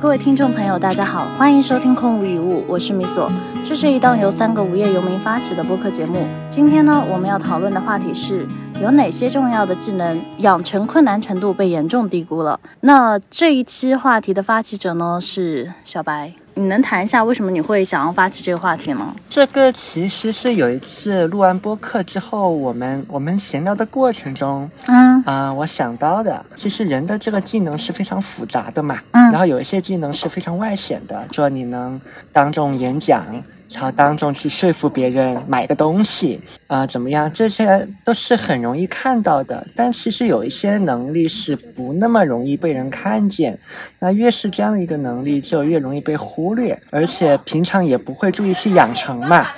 各位听众朋友，大家好，欢迎收听《空无一物》，我是米索。这是一档由三个无业游民发起的播客节目。今天呢，我们要讨论的话题是有哪些重要的技能养成困难程度被严重低估了。那这一期话题的发起者呢是小白，你能谈一下为什么你会想要发起这个话题吗？这个其实是有一次录完播客之后，我们我们闲聊的过程中嗯啊、我想到的，其实人的这个技能是非常复杂的嘛，嗯然后有一些技能是非常外显的，说你能当众演讲，然后当众去说服别人买个东西啊、怎么样，这些都是很容易看到的。但其实有一些能力是不那么容易被人看见，那越是这样的一个能力，就越容易被忽略，而且平常也不会注意去养成嘛。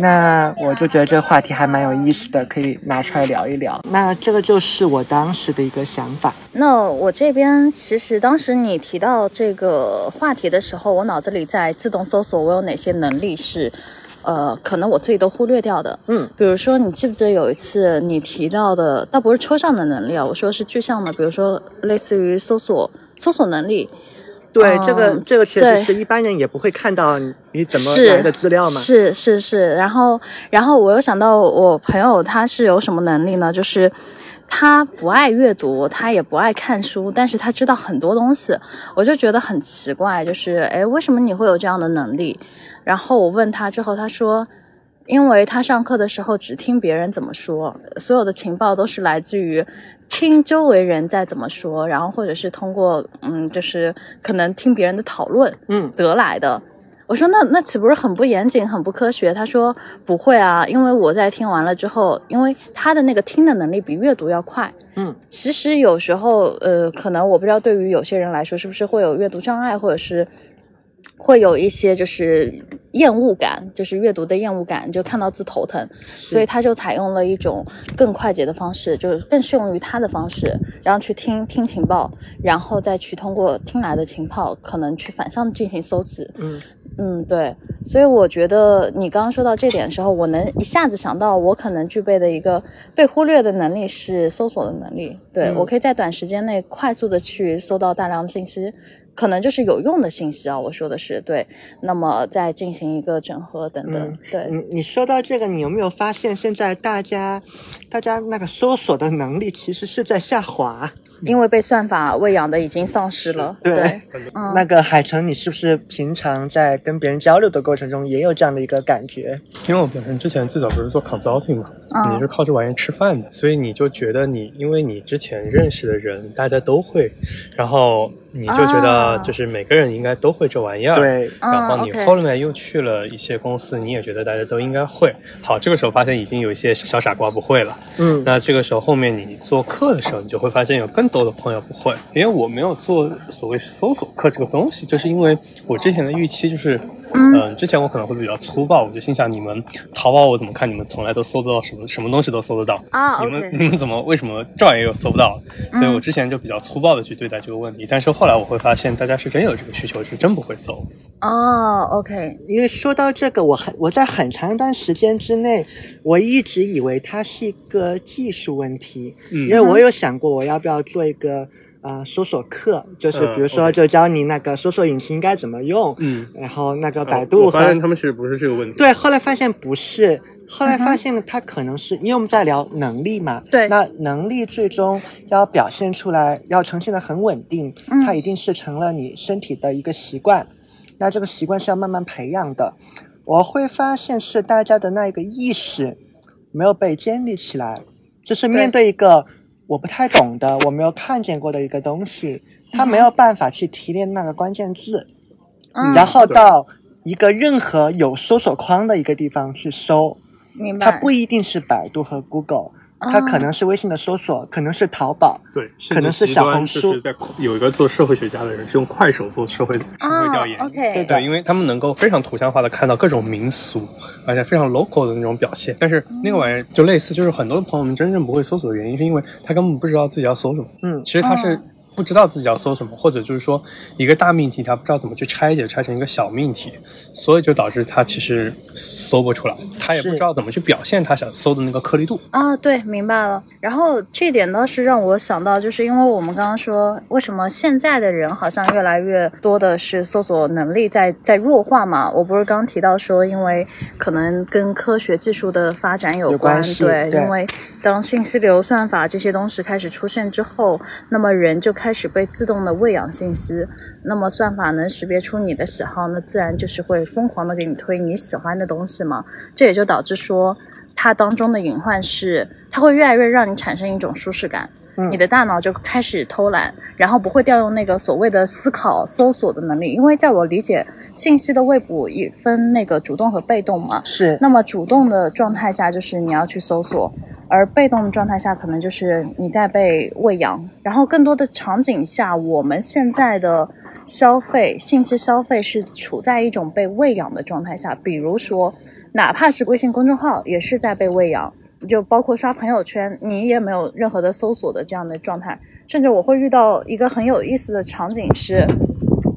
那我就觉得这个话题还蛮有意思的，可以拿出来聊一聊。那这个就是我当时的一个想法。那我这边其实当时你提到这个话题的时候，我脑子里在自动搜索我有哪些能力是，呃，可能我自己都忽略掉的。嗯，比如说你记不记得有一次你提到的，倒不是抽象的能力啊，我说是具象的，比如说类似于搜索搜索能力，对，嗯这个这个确对实是一般人也不会看到你你怎么是来的资料嘛。是是是，然后然后我又想到我朋友他是有什么能力呢？就是他不爱阅读，他也不爱看书，但是他知道很多东西，我就觉得很奇怪，就是诶，为什么你会有这样的能力？然后我问他之后，他说。因为他上课的时候只听别人怎么说，所有的情报都是来自于听周围人在怎么说，然后或者是通过嗯，就是可能听别人的讨论，嗯得来的。我说那那岂不是很不严谨、很不科学？他说不会啊，因为我在听完了之后，因为他的那个听的能力比阅读要快。嗯，其实有时候，呃，可能我不知道对于有些人来说，是不是会有阅读障碍，或者是会有一些就是厌恶感，就是阅读的厌恶感，就看到字头疼，所以他就采用了一种更快捷的方式，就是更适用于他的方式，然后去听听情报，然后再去通过听来的情报，可能去反向进行搜集。嗯嗯，对，所以我觉得你刚刚说到这点的时候，我能一下子想到我可能具备的一个被忽略的能力是搜索的能力。对、嗯我可以在短时间内快速的去搜到大量的信息，可能就是有用的信息啊。我说的是对，那么再进行一个整合等等。嗯对，你你说到这个，你有没有发现现在大家大家那个搜索的能力其实是在下滑？因为被算法喂养的已经丧失了。对对，嗯那个海城，你是不是平常在跟别人交流的过程中也有这样的一个感觉？因为我本身之前最早不是做 consulting 嘛，嗯你是靠这玩意儿吃饭的，所以你就觉得你因为你之前认识的人大家都会，然后你就觉啊得就是每个人应该都会这玩意儿。。对，然后你嗯后 OK，面又去了一些公司，你也觉得大家都应该会。好，这个时候发现已经有一些小傻瓜不会了。嗯那这个时候后面你做课的时候，你就会发现有更多的朋友不会，因为我没有做所谓搜索课这个东西，就是因为我之前的预期就是，嗯嗯、之前我可能会比较粗暴，我就心想你们淘宝我怎么看你们从来都搜得到什么什么东西都搜得到。啊你们 ，OK，嗯你们怎么为什么这玩意儿又搜不到？所以我之前就比较粗暴的去对待这个问题，但是后来我会发现大家是真有这个需求，是真不会搜。哦，OK，因为说到这个，我很我在很长一段时间之内，我一直以为它是一个技术问题，嗯因为我有想过我要不要做一个呃搜索课，就是嗯比如说 OK 就教你那个搜索引擎应该怎么用，嗯，然后那个啊百我度我和、发现他们其实不是这个问题。对，后来发现不是。后来发现它可能是因为我们在聊能力嘛，对那能力最终要表现出来，要呈现的很稳定，嗯它一定是成了你身体的一个习惯，那这个习惯是要慢慢培养的。我会发现是大家的那一个意识没有被建立起来，就是面对一个我不太懂的、我没有看见过的一个东西，他没有办法去提炼那个关键字，嗯，然后到一个任何有搜索框的一个地方去搜，明白，它不一定是百度和哦 Google，它可能是微信的搜索，可能是淘宝。对，可能是小红书甚至极端就是在有一个做社会学家的人是用快手做社会社会啊调研。 ，OK，对的对，因为他们能够非常图像化的看到各种民俗，而且非常 local 的那种表现。但是那个玩意儿就类似，就是很多朋友们真正不会搜索的原因，是因为他根本不知道自己要搜什么。嗯其实他是不知道自己要搜什么，或者就是说一个大命题他不知道怎么去拆解，拆成一个小命题，所以就导致他其实搜不出来，他也不是知道怎么去表现他想搜的那个颗粒度。啊，对，明白了。然后这点倒是让我想到，就是因为我们刚刚说，为什么现在的人好像越来越多的是搜索能力在在弱化嘛？我不是刚提到说，因为可能跟科学技术的发展有有关，关系对因为当信息流算法这些东西开始出现之后，那么人就开始被自动的喂养信息，那么算法能识别出你的喜好，那自然就是会疯狂的给你推你喜欢的东西嘛。这也就导致说，它当中的隐患是，它会越来越让你产生一种舒适感，嗯你的大脑就开始偷懒，然后不会调用那个所谓的思考、搜索的能力。因为在我理解，信息的未捕也分那个主动和被动嘛。是那么主动的状态下就是你要去搜索，而被动的状态下可能就是你在被喂养。然后更多的场景下，我们现在的消费信息消费是处在一种被喂养的状态下，比如说，哪怕是微信公众号也是在被喂养。就包括刷朋友圈，你也没有任何的搜索的这样的状态，甚至我会遇到一个很有意思的场景是，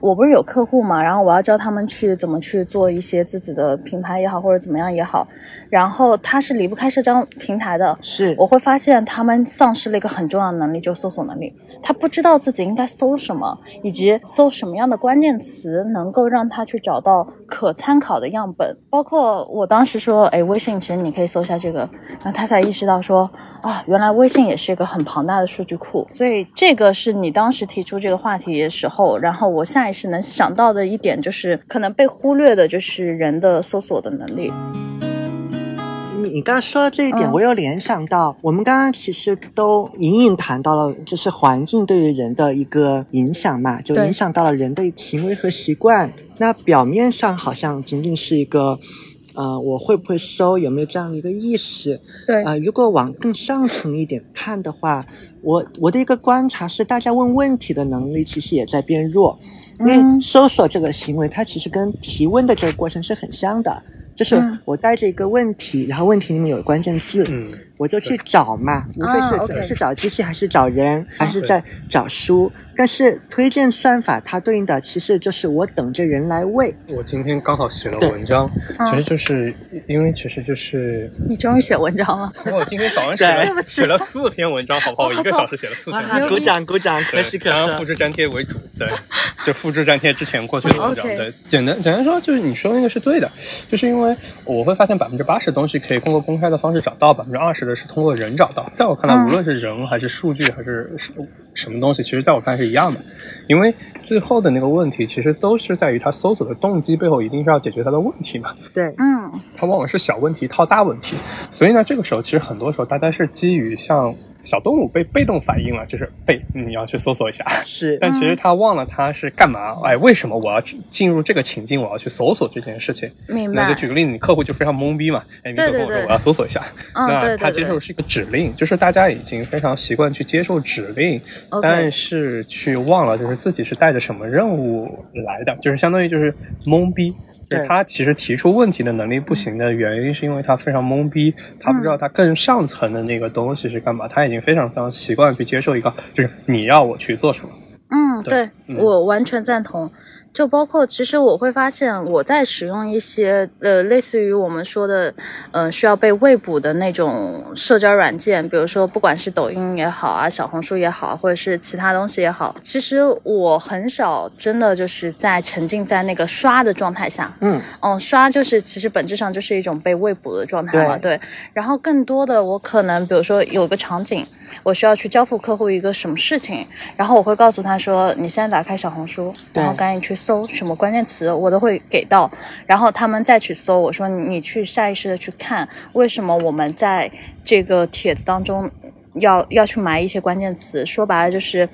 我不是有客户嘛，然后我要教他们去怎么去做一些自己的品牌也好，或者怎么样也好，然后他是离不开社交平台的。是我会发现他们丧失了一个很重要的能力，就是搜索能力。他不知道自己应该搜什么，以及搜什么样的关键词能够让他去找到可参考的样本。包括我当时说，哎，微信其实你可以搜一下这个，然后他才意识到说，啊，原来微信也是一个很庞大的数据库。所以这个是你当时提出这个话题的时候，然后我下意识能想到的一点就是，可能被忽略的就是人的搜索的能力。你你刚刚说的这一点，嗯我有联想到，我们刚刚其实都隐隐谈到了，就是环境对于人的一个影响嘛，就对影响到了人的行为和习惯。那表面上好像仅仅是一个，呃，我会不会搜，有没有这样的一个意识？对呃，如果往更上层一点看的话，我我的一个观察是，大家问问题的能力其实也在变弱，因为嗯搜索这个行为，它其实跟提问的这个过程是很像的，就是嗯我带着一个问题，然后问题里面有关键字，嗯，我就去找嘛，无非是、 OK 是找机器还是找人，还是在找书。但是推荐算法它对应的其实就是我等着人来喂，我今天刚好写了对文章，嗯其实就是因为其实就是 你终于写文章了，因为我今天早上写对了写了四篇文章，好不好？一个小时写了四篇文章。哇，鼓掌鼓掌，可对，喜可当然贺复。制粘贴为主，对， 就复制粘贴之前过去的文章， OK 对，简单简单说就是你说那个是对的，就是因为我会发现百分之八十东西可以通过公开的方式找到，百分之二十的是通过人找到。在我看来，嗯无论是人还是数据还是什什么东西，其实在我看来是一样的，因为最后的那个问题其实都是在于他搜索的动机背后一定是要解决他的问题嘛，对，嗯。它往往是小问题套大问题，所以呢，这个时候其实很多时候大家是基于像小动物被被动反应了，就是被你要去搜索一下，是但其嗯实他忘了他是干嘛，哎，为什么我要进入这个情境，我要去搜索这件事情？明那白就，举个例子，你客户就非常懵逼嘛，哎，你对怎么跟对我对说我要搜索一下？嗯，对 那他对接对受是一个指令，就是大家已经非常习惯去接受指令， ，OK，但是去忘了就是自己是带着什么任务来的，就是相当于就是懵逼。就是对他其实提出问题的能力不嗯行的原因，是因为他非常懵逼，他不知道他更上层的那个东西是干嘛，他已经非常非常习惯去接受一个，就是你要我去做什么。嗯，对对，嗯我完全赞同。就包括，其实我会发现，我在使用一些呃，类似于我们说的，呃，需要被喂捕的那种社交软件，比如说不管是抖音也好啊，小红书也好，或者是其他东西也好，其实我很少真的就是在沉浸在那个刷的状态下，嗯，嗯，刷就是其实本质上就是一种被喂捕的状态嘛，对。然后更多的我可能比如说有个场景，我需要去交付客户一个什么事情，然后我会告诉他说，你现在打开小红书，然后对赶紧去搜什么关键词，我都会给到。然后他们再去搜，我说你去下意识的去看，为什么我们在这个帖子当中要要去埋一些关键词？说白了就是，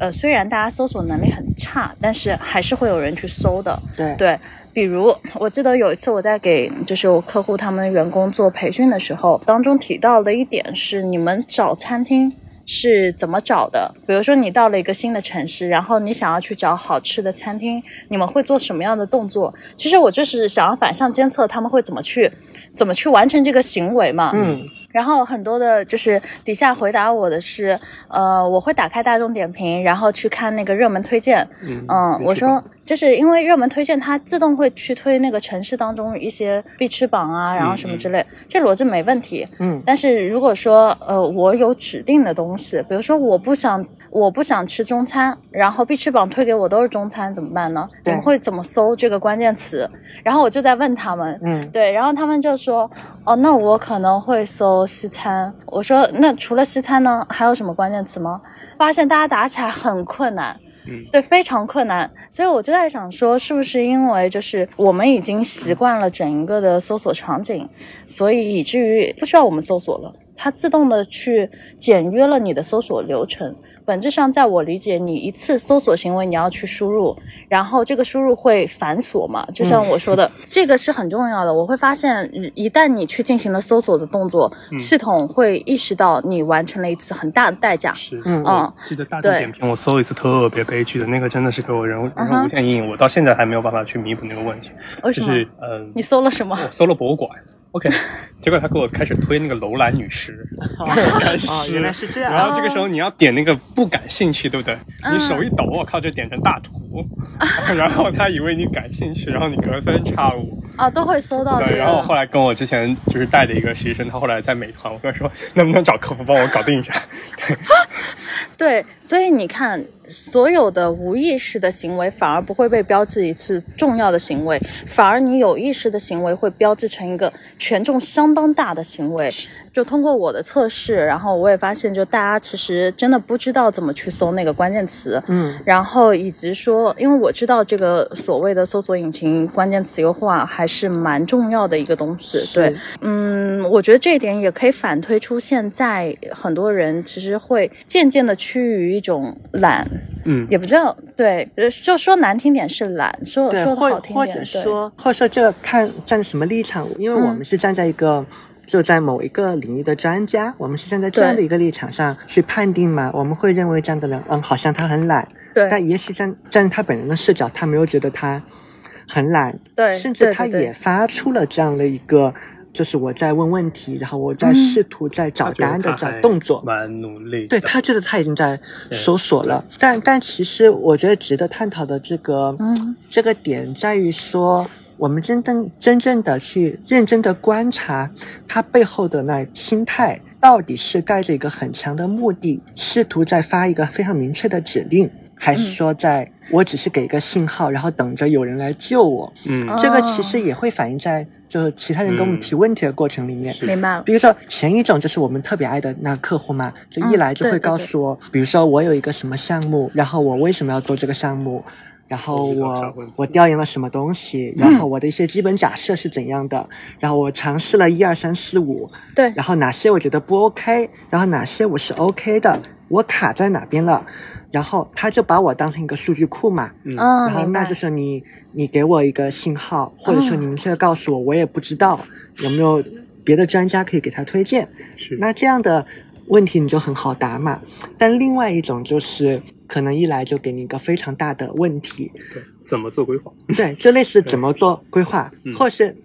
呃，虽然大家搜索能力很差，但是还是会有人去搜的。对对，比如我记得有一次我在给就是我客户他们员工做培训的时候，当中提到的一点是，你们找餐厅是怎么找的？比如说你到了一个新的城市，然后你想要去找好吃的餐厅，你们会做什么样的动作？其实我就是想要反向监测他们会怎么去，怎么去完成这个行为嘛。嗯，然后很多的就是底下回答我的是，呃，我会打开大众点评，然后去看那个热门推荐。嗯，我说就是因为热门推荐它自动会去推那个城市当中一些必吃榜啊，然后什么之类，这逻辑没问题。嗯，但是如果说呃我有指定的东西，比如说我不想我不想吃中餐，然后必吃榜推给我都是中餐，怎么办呢？你对们会怎么搜这个关键词？然后我就在问他们，嗯对，然后他们就说，哦，那我可能会搜西餐。我说，那除了西餐呢，还有什么关键词吗？发现大家打起来很困难。嗯对，非常困难，所以我就在想说，是不是因为就是我们已经习惯了整一个的搜索场景，所以以至于不需要我们搜索了，它自动的去简约了你的搜索流程。本质上，在我理解，你一次搜索行为你要去输入，然后这个输入会繁琐嘛？就像我说的，嗯这个是很重要的。我会发现，一旦你去进行了搜索的动作，嗯系统会意识到你完成了一次很大的代价。是，嗯嗯我记得大众对点评我搜一次特别悲剧的那个，真的是给我人嗯人哼无限阴影，我到现在还没有办法去弥补那个问题。为就什么？是嗯，你搜了什么？我搜了博物馆，OK，结果他给我开始推那个楼兰女尸， 开始哦，原来是这样。然后这个时候你要点那个不感兴趣，对不对？嗯你手一抖，我靠，就点成大图， 然后他以为你感兴趣，然后你隔三差五。啊，都会搜到这对，个。然后后来跟我之前就是带的一个实习生，他后来在美团，我跟他说能不能找客服帮我搞定一下？对，所以你看，所有的无意识的行为反而不会被标志一次重要的行为，反而你有意识的行为会标志成一个权重相当大的行为。就通过我的测试，然后我也发现，就大家其实真的不知道怎么去搜那个关键词。嗯，然后以及说，因为我知道这个所谓的搜索引擎关键词优化还是蛮重要的一个东西，是对，嗯，我觉得这一点也可以反推出现在很多人其实会渐渐的趋于一种懒， 嗯，也不知道，对，呃就说难听点是懒，说对，说的或好听或点，者对，嗯说，或者说这看站什么立场，因为我们是站在一个。就在某一个领域的专家，我们是站在这样的对一个立场上去判定嘛？我们会认为这样的人，嗯，好像他很懒，对，但也许站站他本人的视角，他没有觉得他很懒，对，甚对至他对对也发出了这样的一个，就是我在问问题，然后我在嗯试图在找他觉答得案的他这还样动作，蛮努力的。对他觉得他已经在对搜索了，但但其实我觉得值得探讨的这个、嗯这个点在于说，我们真正真正的去认真的观察他背后的那心态，到底是带着一个很强的目的，试图在发一个非常明确的指令，还是嗯说在、我只是给一个信号，然后等着有人来救我？嗯，哦这个其实也会反映在就是其他人跟我们嗯提问题的过程里面。是明白了，比如说前一种就是我们特别爱的那客户嘛，就一来就嗯对会对告诉我，比如说我有一个什么项目，然后我为什么要做这个项目，然后我知道我这个问题我调研了什么东西，然嗯后我的一些基本假设是怎样的，然后我尝试了一二三四五，对，然后哪些我觉得不 OK，然后哪些我是 OK 的，我卡在哪边了，然后他就把我当成一个数据库嘛，嗯，然后明那白嗯就是你你给我一个信号，或者说你明确的告诉我，我也不知道有没有别的专家可以给他推荐。是那这样的问题你就很好答嘛。但另外一种就是可能一来就给你一个非常大的问 题，对怎么做规划？对，就类似怎么做规划，嗯或是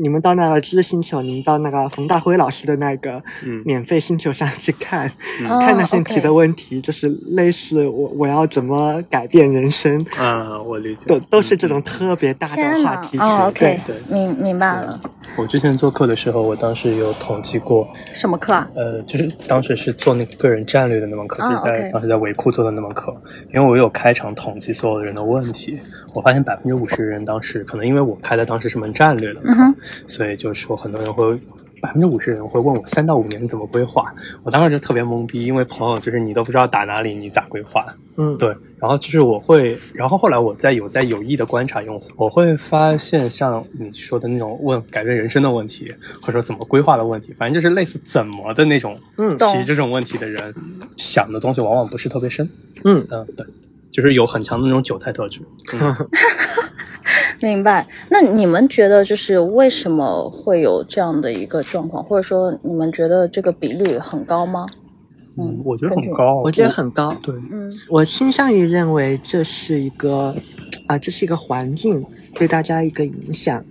你们到那个知识星球，你们到那个冯大辉老师的那个嗯免费星球上去看，嗯哦看那些提 OK 的问题，就是类似我我要怎么改变人生，啊，我理解，嗯都都是这种特别大的天话哪题，哦，OK，对，对明明白了，我之前做课的时候，我当时有统计过，什么课啊？呃，就是当时是做那个个人战略的那门课，哦啊就是在、 OK 当时在维库做的那门课，因为我有开场统计所有的人的问题，我发现百分之五十的人当时可能因为我开的当时是门战略的课，嗯哼所以就是说很多人会。百分之五十人会问我三到五年怎么规划，我当时就特别懵逼，因为朋友就是你都不知道打哪里，你咋规划？嗯，对，然后就是我会，然后后来我在有在有意的观察用户，我会发现像你说的那种问改变人生的问题，或者说怎么规划的问题，反正就是类似怎么的那种嗯懂提这种问题的人，想的东西往往不是特别深。嗯嗯，对，就是有很强的那种韭菜特质。嗯 明白。那你们觉得就是为什么会有这样的一个状况，或者说你们觉得这个比率很高吗？嗯我觉得根很据高，我觉得很高。对，嗯我倾向于认为这是一个啊，这是一个环境对大家一个影响。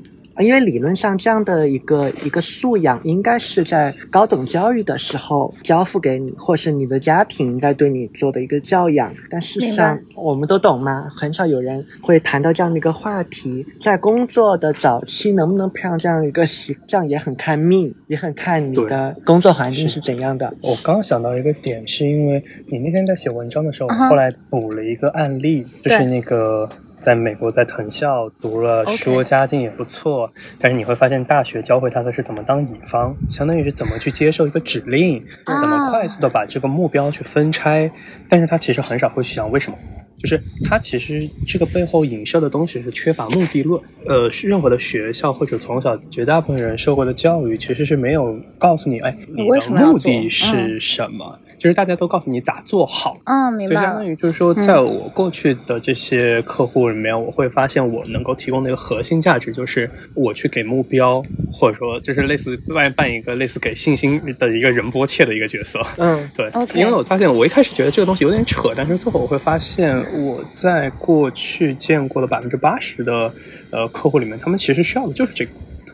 因为理论上这样的一个一个素养，应该是在高等教育的时候交付给你，或是你的家庭应该对你做的一个教养。但事实上，我们都懂嘛，很少有人会谈到这样的一个话题。在工作的早期，能不能培养这样一个习，这样也很看命，也很看你对的工作环境是是怎样的。我刚刚想到一个点，是因为你那天在写文章的时候，啊哈后来补了一个案例，就是对那个在美国在藤校读了 OK 书，家境也不错但是你会发现大学教会他的是怎么当乙方，相当于是怎么去接受一个指令，啊怎么快速的把这个目标去分拆，但是他其实很少会去想为什么。就是他其实这个背后影射的东西是缺乏目的论，呃，是任何的学校或者从小绝大部分人受过的教育其实是没有告诉你，哎，你你为的什么要目做的是什么？就是大家都告诉你咋做好，嗯，明就白相了嗯当。于就是说，在我过去的这些客户里面，我会发现我能够提供的一个核心价值就是我去给目标，或者说就是类似扮扮一个类似给信心的一个仁波切的一个角色。嗯，对 OK 因为我发现我一开始觉得这个东西有点扯，但是最后我会发现我在过去见过的百分之八十的呃客户里面，他们其实需要的就是这个，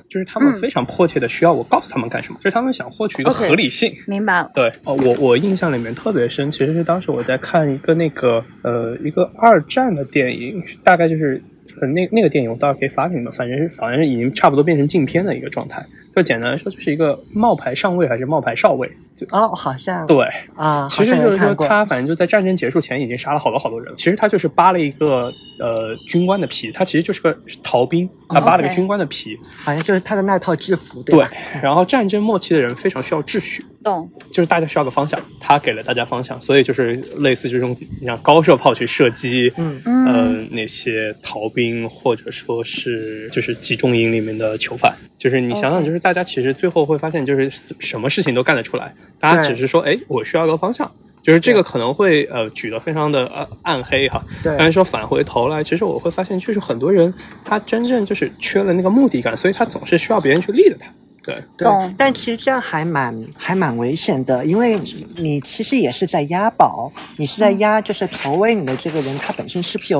就是他们嗯非常迫切的需要我告诉他们干什么，就是他们想获取一个 OK 合理性。明白了，对，哦，我我印象里面特别深，其实是当时我在看一个那个呃一个二战的电影，大概就是呃那那个电影我到时候可以发给你们，反正是反正已经差不多变成禁片的一个状态。就简单来说，就是一个冒牌上尉还是冒牌少尉？哦，好像对，啊，其实好像有就是说看过他反正就在战争结束前已经杀了好多好多人了。其实他就是扒了一个呃军官的皮，他其实就是个逃兵，他扒哦了个 OK 军官的皮。好像就是他的那套制服，对对吧？，然后战争末期的人非常需要秩序。懂。就是大家需要个方向，他给了大家方向，所以就是类似这种你像高射炮去射击，嗯嗯呃，那些逃兵或者说是就是集中营里面的囚犯，就是你想想， OK 就是大家其实最后会发现，就是什么事情都干得出来，大家对只是说，哎，我需要个方向。就是这个对可能会呃举得非常的呃暗黑哈，对但是说返回头来，其实我会发现，就是很多人他真正就是缺了那个目的感，所以他总是需要别人去立着他。对，对懂，但其实这样还蛮还蛮危险的，因为你你其实也是在押宝，你是在押嗯就是投喂你的这个人，他本身是不是有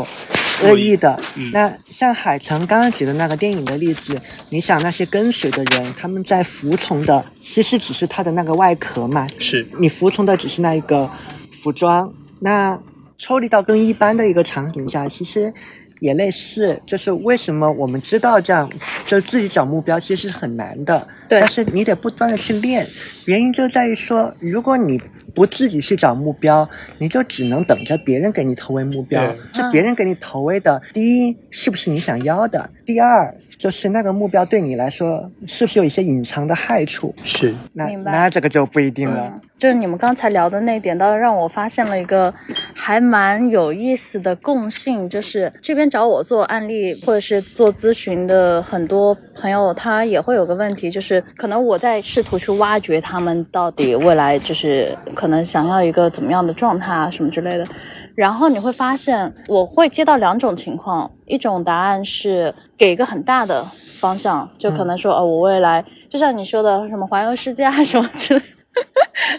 恶意的？嗯那像海城刚刚举的那个电影的例子，你想那些跟随的人，他们在服从的其实只是他的那个外壳嘛，是你服从的只是那一个服装。那抽离到更一般的一个场景下，其实也类似，就是为什么我们知道这样，就自己找目标其实是很难的，对但是你得不断的去练。原因就在于说，如果你不自己去找目标，你就只能等着别人给你投喂目标对。是别人给你投喂的，第一是不是你想要的，第二就是那个目标对你来说是不是有一些隐藏的害处。是，那明白那这个就不一定了。嗯，就是你们刚才聊的那点，倒让我发现了一个还蛮有意思的共性，就是这边找我做案例或者是做咨询的很多朋友，他也会有个问题，就是可能我在试图去挖掘他们到底未来就是可能想要一个怎么样的状态啊什么之类的，然后你会发现，我会接到两种情况，一种答案是给一个很大的方向，就可能说，哦，我未来就像你说的什么环游世界啊什么之类的。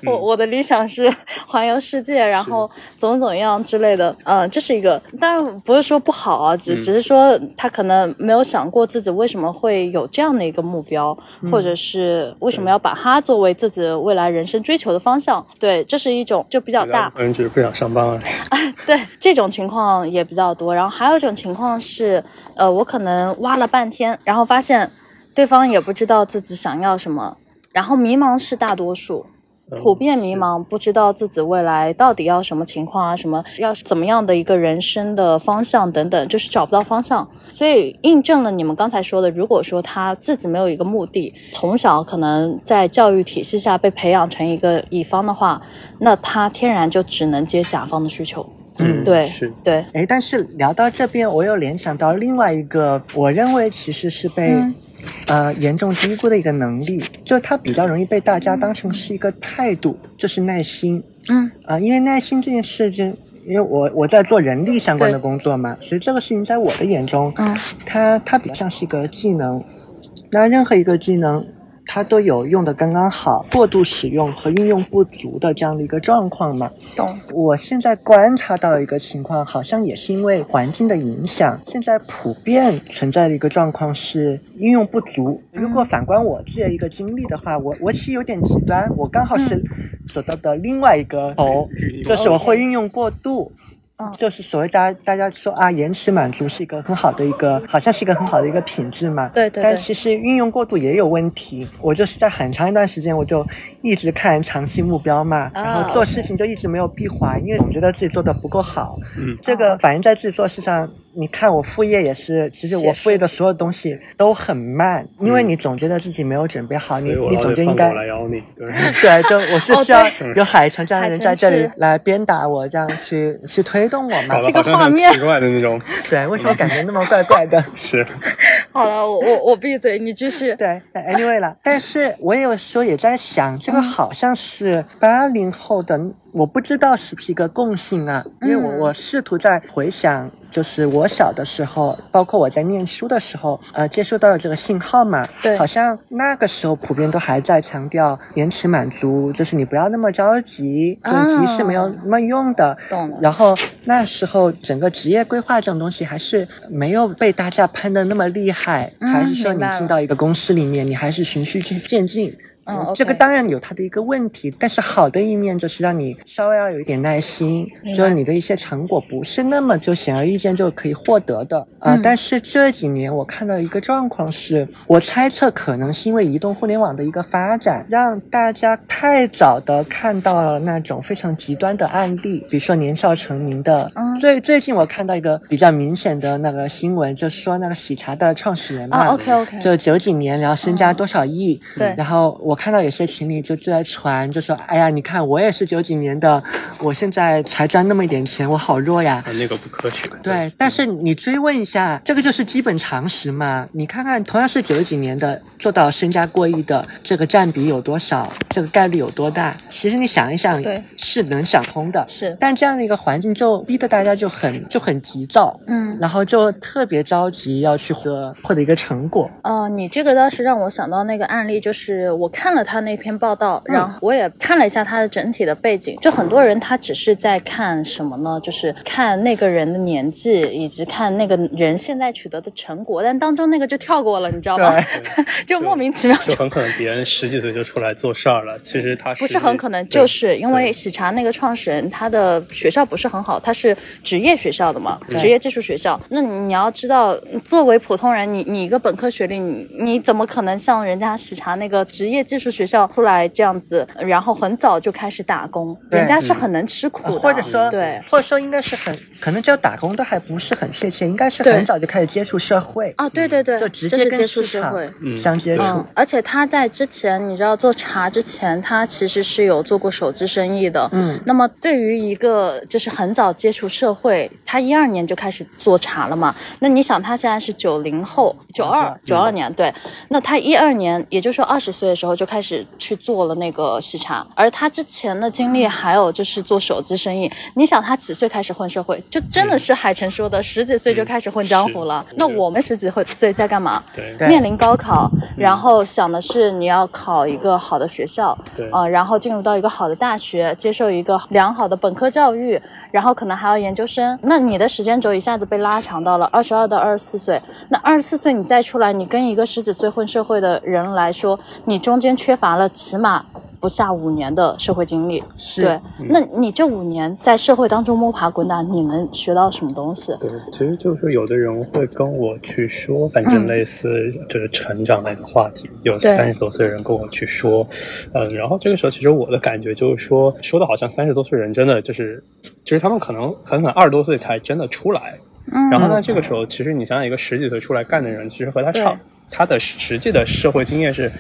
我我的理想是环游世界，然后怎么怎么样之类的，嗯，这是一个，当然不是说不好啊，只、只是说他可能没有想过自己为什么会有这样的一个目标，或者是为什么要把它作为自己未来人生追求的方向，对，这是一种就比较大，有人只是不想上班啊而已。对，这种情况也比较多。然后还有一种情况是，呃，我可能挖了半天，然后发现对方也不知道自己想要什么，然后迷茫是大多数。普遍迷茫，不知道自己未来到底要什么情况啊，什么要怎么样的一个人生的方向等等，就是找不到方向，所以印证了你们刚才说的，如果说他自己没有一个目的，从小可能在教育体系下被培养成一个乙方的话，那他天然就只能接甲方的需求。嗯对是对，诶，但是聊到这边，我又联想到另外一个，我认为其实是被、嗯呃严重低估的一个能力，就是它比较容易被大家当成是一个态度，就是耐心嗯，啊、因为耐心这件事情。因为我我在做人力相关的工作嘛，所以这个事情在我的眼中，嗯它它比较像是一个技能。那任何一个技能，它都有用的刚刚好，过度使用和运用不足的这样的一个状况嘛。懂。我现在观察到一个情况，好像也是因为环境的影响，现在普遍存在的一个状况是运用不足。如果反观我自己的一个经历的话，我我其实有点极端，我刚好是走到的另外一个头，嗯就是我会运用过度。嗯就是所谓大家大家说啊，延迟满足是一个很好的一个，好像是一个很好的一个品质嘛。对对但对其实运用过度也有问题。我就是在很长一段时间，我就一直看长期目标嘛，啊然后做事情就一直没有闭环，因为总觉得自己做的不够好。嗯这个反映在自己做事上。你看我副业也是，其实我写书副业的所有东西都很慢，因为你总觉得自己没有准备好，嗯所你以我你老总觉得得应放该狗 来咬你，对，对，就我是哦需要对有海城这样的人在这海里城来鞭打我，这样去去推动我嘛搞。这个得好嗯像画很面奇怪的那种，对，为什么感觉那么怪怪的？是好了，我我我闭嘴，你继续。对但，anyway 啦。但是我有时候也在想，这个好像是八零后的，我不知道是不是一个共性啊。因为我嗯我试图在回想，就是我小的时候，包括我在念书的时候，呃，接触到的这个信号嘛，对好像那个时候普遍都还在强调延迟满足，就是你不要那么着急，就是急是没有啊那么用的。懂了。然后那时候整个职业规划这种东西还是没有被大家喷的那么厉害，嗯还是说明你白了进到一个公司里面，你还是循序渐进。嗯嗯 OK 这个当然有它的一个问题，但是好的一面就是让你稍微要有一点耐心明白，就是你的一些成果不是那么就显而易见就可以获得的啊、呃嗯但是这几年我看到一个状况是，我猜测可能是因为移动互联网的一个发展，让大家太早的看到了那种非常极端的案例，比如说年少成名的。嗯最最近我看到一个比较明显的那个新闻，就说那个喜茶的创始人嘛。啊，OK OK，就嗯九几年，然后身家多少亿，对然后我看到有些群里就就在传，就说，哎呀，你看我也是九几年的，我现在才赚那么一点钱，我好弱呀。啊那个不科学，对，但是你追问一下，这个就是基本常识嘛。你看看同样是九几年的，做到身家过亿的这个占比有多少，这个概率有多大？其实你想一想对，是能想通的。是，但这样的一个环境就逼得大家就很就很急躁，嗯，然后就特别着急要去获得获得一个成果。哦，你这个倒是让我想到那个案例，就是我看了他那篇报道，嗯然后我也看了一下他的整体的背景。就很多人他只是在看什么呢？就是看那个人的年纪，以及看那个人现在取得的成果，但当中那个就跳过了，你知道吗？ 就莫名其妙就很可能别人十几岁就出来做事儿了，其实他不是实际很可能，对就是因为对喜茶那个创始人，他的学校不是很好，他是职业学校的嘛，对职业技术学校。那你你要知道，作为普通人，你你一个本科学历，你你怎么可能像人家喜茶那个职业技术学校出来这样子，然后很早就开始打工？对人家是很能吃苦啊的，或者说，对，或者说应该是很可能叫打工都还不是很确切，应该是对很早就开始接触社会，啊，对对对，就直是接接跟触市社场会。嗯相接对触嗯。，而且他在之前，你知道做茶之前，他其实是有做过手机生意的。嗯，那么对于一个就是很早接触社会，他一二年就开始做茶了嘛？那你想，他现在是九零后，九二九二年，对，那他一二年，也就是说二十岁的时候就开始去做了那个喜茶，而他之前的经历还有就是做手机生意。你想，他几岁开始混社会？就真的是海晨说的，十几岁就开始混江湖了。是那我们十几岁在干嘛？对对面临高考，然后想的是你要考一个好的学校，对呃，然后进入到一个好的大学，接受一个良好的本科教育，然后可能还要研究生。那你的时间轴一下子被拉长到了二十二到二十四岁。那二十四岁你再出来，你跟一个十几岁混社会的人来说，你中间缺乏了起码不下五年的社会经历。是对，那你这五年在社会当中摸爬滚打，你能学到什么东西？对，其实就是有的人会跟我去说，反正嗯类似就是成长类的话题，有对三十多岁的人跟我去说，嗯，然后这个时候其实我的感觉就是说，说的好像三十多岁人真的就是，就是他们可能很可能二十多岁才真的出来，嗯，然后呢，这个时候其实你想想，一个十几岁出来干的人，其实和他对差，他的实际的社会经验是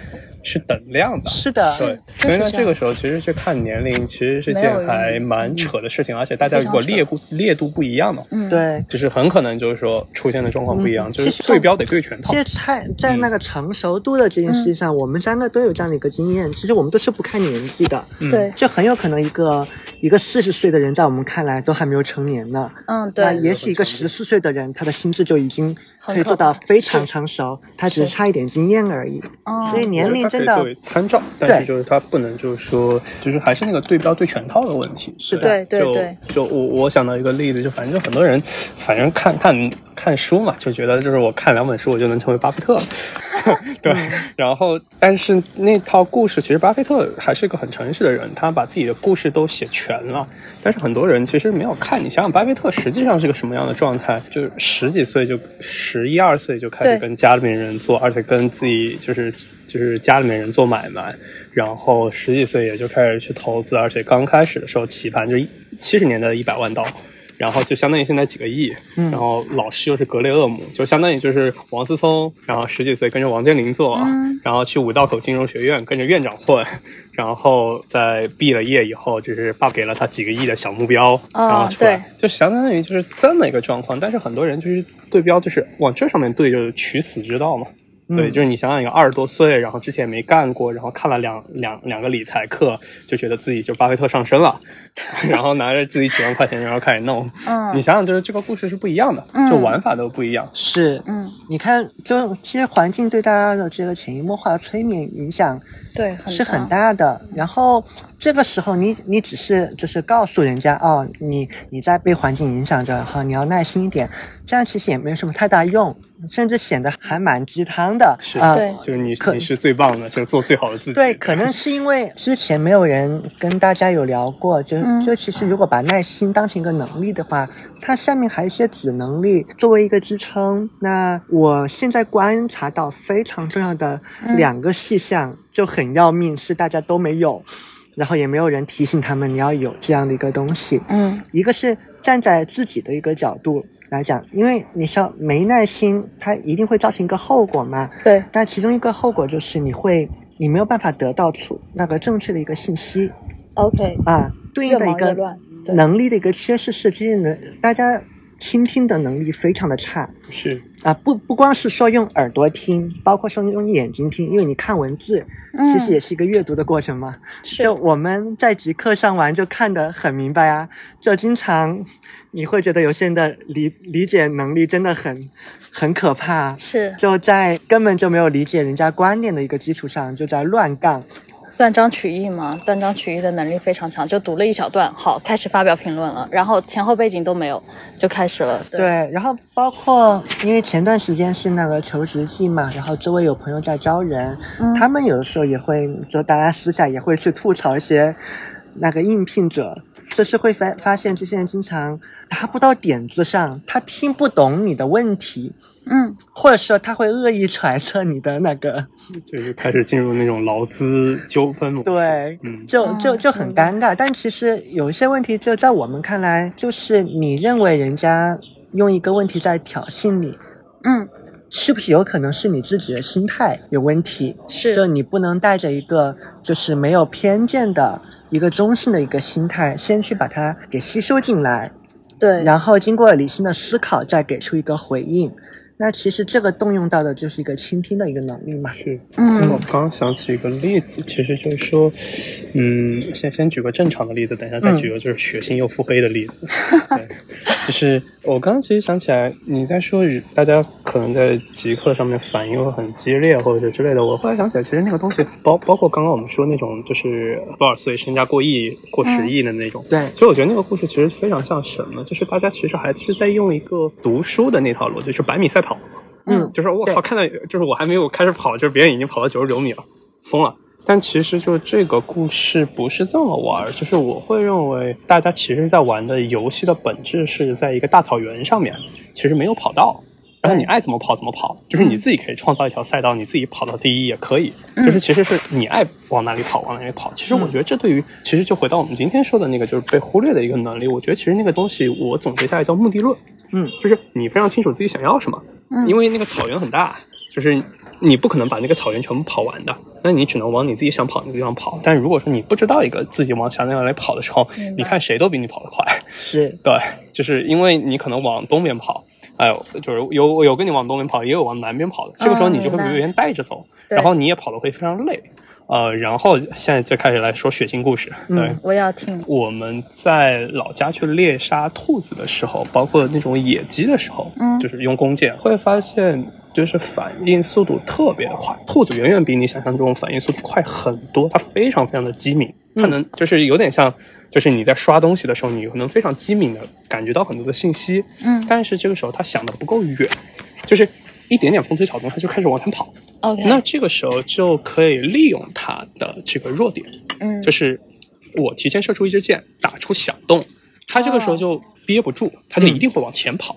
是等量的，是的，对，所就是以呢，这这个样时候其实去看年龄，其实是没有件用还蛮扯的事情，而且大家非如常果扯烈度烈度不一样的话，嗯，对。就是很可能就是说出现的状况不一样，嗯就其实是对标得对全套其。实在在那个成熟度的这件事情上，我们三个都有这样的一个经验。其实我们都是不看年纪的，嗯对，就很有可能一个一个四十岁的人在我们看来都还没有成年呢，嗯，那对，也许一个十四岁的人，他的心智就已经很可以可做到怕非常成熟，他只是是差一点经验而已。嗯，所以年龄真它的可以作为参照，但是就是它不能就是说，就是还是那个对标对全套的问题。是的对对对。就就我我想到一个例子，就反正就很多人，反正看看看书嘛，就觉得就是我看两本书我就能成为巴菲特了。 对，然后但是那套故事其实巴菲特还是一个很诚实的人，他把自己的故事都写全了。但是很多人其实没有看，你想想巴菲特实际上是个什么样的状态？就是十几岁就十一二岁就开对始跟家里面人做，而且跟自己就是就是家里面人做买卖，然后十几岁也就开始去投资，而且刚开始的时候起盘就七十年代的一百万刀。然后就相当于现在几个亿，嗯然后老师又是格雷厄姆，就相当于就是王思聪，然后十几岁跟着王健林做，嗯然后去五道口金融学院跟着院长混，然后在毕了业以后，就是爸给了他几个亿的小目标，哦然后出来对就相当于就是这么一个状况。但是很多人就是对标，就是往这上面对，就是取死之道嘛。对，嗯就是你想想，一个二十多岁，然后之前也没干过，然后看了两两两个理财课，就觉得自己就巴菲特上身了， 然后拿着自己几万块钱，然后开始弄。嗯你想想，就是这个故事是不一样的，嗯就玩法都不一样。是，嗯，你看，就其实环境对大家的这个潜移默化的催眠影响对，是很大的。然后这个时候你，你只是就是告诉人家哦，你你在被环境影响着，然后你要耐心一点，这样其实也没有什么太大用，甚至显得还蛮鸡汤的是啊。对就是你可你是最棒的，就是做最好的自己。对，可能是因为之前没有人跟大家有聊过，就、嗯就其实如果把耐心当成一个能力的话，它下面还有一些子能力作为一个支撑。那我现在观察到非常重要的嗯两个细项、就很要命，是大家都没有，然后也没有人提醒他们你要有这样的一个东西。嗯一个是站在自己的一个角度来讲，因为你像没耐心，它一定会造成一个后果嘛。对，但其中一个后果就是你会，你没有办法得到出那个正确的一个信息 OK，啊，对越应的一忙越个乱，对能力的一个缺失是，其实能大家倾听的能力非常的差是啊，不不光是说用耳朵听，包括说用眼睛听，因为你看文字嗯其实也是一个阅读的过程嘛。嗯是就我们在极客上玩就看得很明白啊，就经常你会觉得有些人的理理解能力真的很很可怕啊、是就在根本就没有理解人家观念的一个基础上，就在乱杠。断章取义嘛，断章取义的能力非常强，就读了一小段，好，开始发表评论了，然后前后背景都没有，就开始了。对，然后包括因为前段时间是那个求职季嘛，然后周围有朋友在招人，嗯他们有的时候也会，就大家私下也会去吐槽一些那个应聘者。就是会发发现这些人经常达不到点子上，他听不懂你的问题，嗯，或者说他会恶意揣测你的那个就是开始进入那种劳资纠纷模式。对，嗯，就就嗯就很嗯尴尬。但其实有一些问题，就在我们看来，就是你认为人家用一个问题在挑衅你，嗯，是不是有可能是你自己的心态有问题？就是你不能带着一个就是没有偏见的一个中性的一个心态，先去把它给吸收进来，对，然后经过理性的思考，再给出一个回应。那其实这个动用到的就是一个倾听的一个能力嘛。是。我嗯刚想起一个例子，其实就是说，嗯，先先举个正常的例子，等一下再举个就是血腥又腹黑的例子。对就是我刚刚其实想起来，你在说大家可能在极客上面反应会很激烈，或者是之类的。我后来想起来，其实那个东西包包括刚刚我们说那种就是多少岁身家过亿、过十亿的那种，对，所以我觉得那个故事其实非常像什么，就是大家其实还是在用一个读书的那套逻辑，就是百米赛跑。嗯就是我对靠，看到就是我还没有开始跑，就是别人已经跑到九十九米了，疯了。但其实就这个故事不是这么玩儿，就是我会认为大家其实在玩的游戏的本质是在一个大草原上面，其实没有跑道，然后你爱怎么跑怎么跑，就是你自己可以创造一条赛道，你自己跑到第一也可以，嗯就是其实是你爱往哪里跑往哪里跑。其实我觉得这对于，其实就回到我们今天说的那个，就是被忽略的一个能力。我觉得其实那个东西，我总结下来叫目的论。嗯，就是你非常清楚自己想要什么，嗯因为那个草原很大，就是你不可能把那个草原全部跑完的，那你只能往你自己想跑的地方跑。但如果说你不知道一个自己往想哪里跑的时候明白，你看谁都比你跑得快。是，对，就是因为你可能往东边跑，哎呦，就是有有跟你往东边跑，也有往南边跑的，这个时候嗯你就会明被白别人带着走，对然后你也跑得会非常累。呃，然后现在就开始来说血腥故事。对，嗯我要听。我们在老家去猎杀兔子的时候，包括那种野鸡的时候，嗯就是用弓箭，会发现就是反应速度特别的快。兔子远远比你想象中反应速度快很多，它非常非常的机敏，嗯它能就是有点像。就是你在刷东西的时候，你能非常机敏的感觉到很多的信息，嗯但是这个时候它想的不够远，就是一点点风吹草动，它就开始往前跑。 ，OK，那这个时候就可以利用它的这个弱点，嗯，就是我提前射出一支箭，打出响动，他这个哦时候就憋不住，他就一定会往前跑，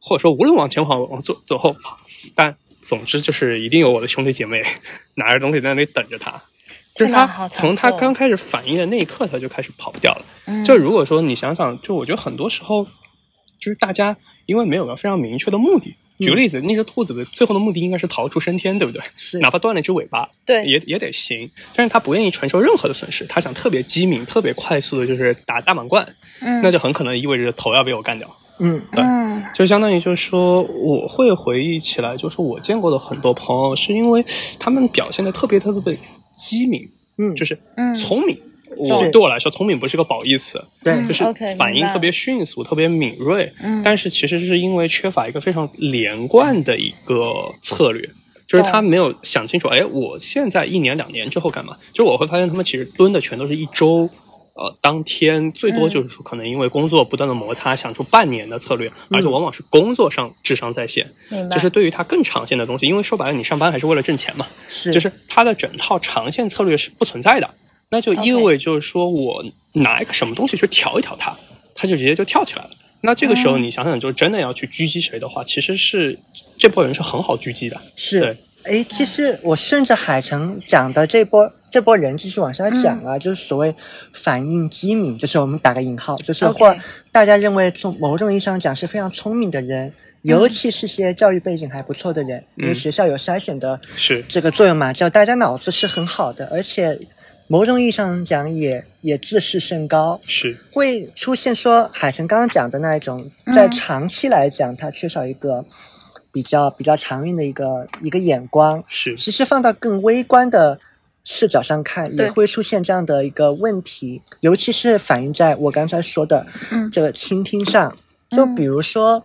或者说无论往前跑，往左左后跑，但总之就是一定有我的兄弟姐妹 拿着东西在那里等着他。就是天哪好他残从他酷哦刚开始反应的那一刻，他就开始跑不掉了。嗯就如果说你想想，就我觉得很多时候，就是大家因为没有个非常明确的目的。举嗯个例子，那只兔子的最后的目的应该是逃出升天，对不对？是哪怕断了一只尾巴，对也也得行。但是他不愿意承受任何的损失，他想特别机敏、特别快速的，就是打大满贯，嗯那就很可能意味着头要被我干掉。嗯嗯就相当于就是说，我会回忆起来，就是我见过的很多朋友，是因为他们表现的特别特别机敏，嗯，就是嗯聪明。我是对我来说，聪明不是个褒义词，对嗯就是 OK，反应明白特别迅速、特别敏锐。嗯但是其实是因为缺乏一个非常连贯的一个策略，就是他懂没有想清楚，哎，我现在一年两年之后干嘛？就是我会发现他们其实蹲的全都是一周。呃，当天最多嗯就是说，可能因为工作不断的摩擦，想出半年的策略，而且往往是工作上智商在线，嗯明白，就是对于他更长线的东西，因为说白了，你上班还是为了挣钱嘛，是就是它的整套长线策略是不存在的，那就意 OK 味就是说我拿一个什么东西去调一调它，它就直接就跳起来了。那这个时候嗯你想想，就真的要去狙击谁的话，其实是这波人是很好狙击的。是对，哎，其实我顺着海城讲的这波这波人继续往下讲啊，就是所谓反应机敏，就是我们打个引号，就是或 OK 大家认为从某种意义上讲是非常聪明的人，尤其是些教育背景还不错的人，因为嗯学校有筛选的是，这个作用嘛，叫大家脑子是很好的，而且某种意义上讲也也自视甚高，是，会出现说海城刚刚讲的那一种嗯，在长期来讲，它缺少一个比较比较长远的一个一个眼光。是，其实放到更微观的视角上看，对也会出现这样的一个问题，尤其是反映在我刚才说的嗯这个倾听上。就比如说，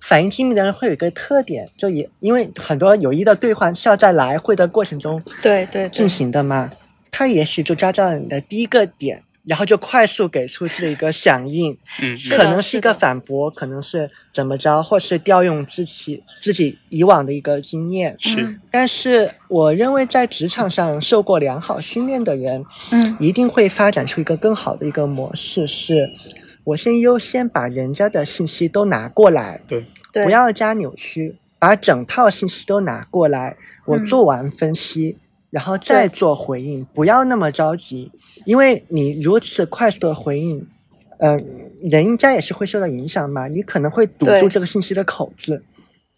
反应机敏的人会有一个特点，就也因为很多友谊的兑换是要在来回的过程中对对对进，行的嘛，他也许就抓到了你的第一个点，然后就快速给出自己一个响应，嗯，是可的能是是一个的反驳，可能是怎么着，或是调用自己自己以往的一个经验。是嗯，但是我认为，在职场上受过良好训练的人，嗯一定会发展出一个更好的一个模式，是我先优先把人家的信息都拿过来，对，不要加扭曲，把整套信息都拿过来，我嗯做完分析，然后再对做回应，不要那么着急，因为你如此快速的回应，呃，人应该也是会受到影响嘛，你可能会堵对住这个信息的口子，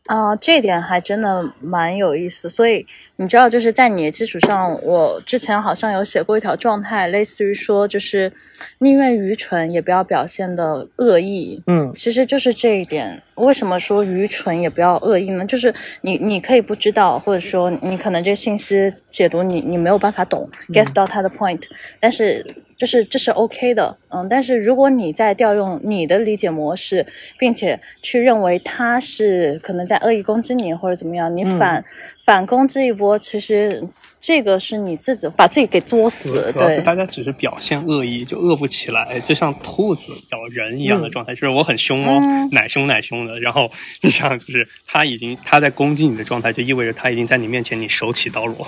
啊、这点还真的蛮有意思。所以你知道，就是在你的基础上，我之前好像有写过一条状态，类似于说，就是宁愿愚蠢，也不要表现的恶意。 嗯，其实就是这一点。为什么说愚蠢也不要恶意呢？就是你你可以不知道，或者说你可能这信息解读你你没有办法懂、get 到它的 point，但是就是这是 OK 的，嗯。但是如果你在调用你的理解模式，并且去认为他是可能在恶意攻击你或者怎么样，你嗯反、反攻击一波，其实这个是你自己把自己给作死，主要是对大家只是表现恶意，就恶不起来，就像兔子咬人一样的嗯状态，就是我很凶哦，嗯 奶凶奶凶的。然后你想，就是他已经他在攻击你的状态，就意味着他已经在你面前，你手起刀落。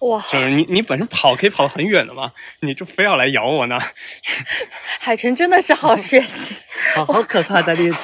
哇，就是你你本身跑可以跑很远的嘛，你就非要来咬我呢？海晨真的是好学习。好好可怕的例子，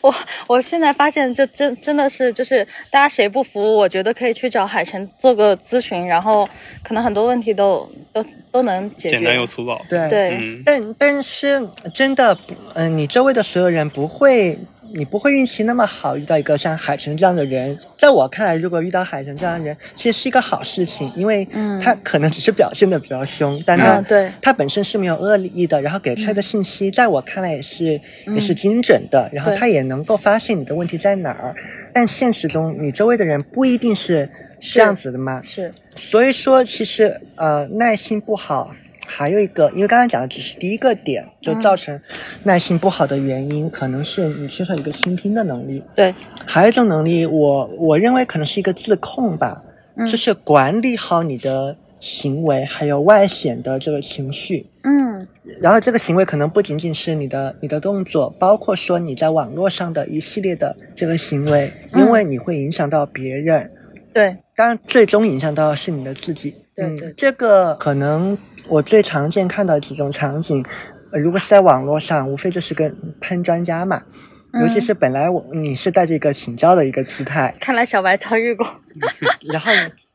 我我现在发现，这真真的是就是大家谁不服，我觉得可以去找海晨做个咨询，然后可能很多问题都都都能解决。简单又粗暴。对。对，嗯，呃但但是真的不，嗯、你周围的所有人不会你不会运气那么好遇到一个像海城这样的人。在我看来，如果遇到海城这样的人，其实是一个好事情，因为嗯他可能只是表现的比较凶，但他、嗯，对，嗯他本身是没有恶意的，然后给出来的信息，在我看来也是、也是精准的，然后对他也能够发现你的问题在哪儿。但现实中，你周围的人不一定是是这样子的嘛，是，所以说其实呃耐心不好。还有一个，因为刚刚讲的只是第一个点，就嗯造成耐心不好的原因，可能是你缺少一个倾听的能力。对，还有一种能力我，我认为可能是一个自控吧，嗯就是管理好你的行为，还有外显的这个情绪。嗯然后这个行为可能不仅仅是你的你的动作，包括说你在网络上的一系列的这个行为，嗯因为你会影响到别人，对，当然最终影响到的是你的自己。对对嗯，这个可能我最常见看到几种场景，呃如果是在网络上，无非就是跟喷专家嘛。尤其嗯是本来我你是带着一个请教的一个 姿态，看来小白遭遇过，然后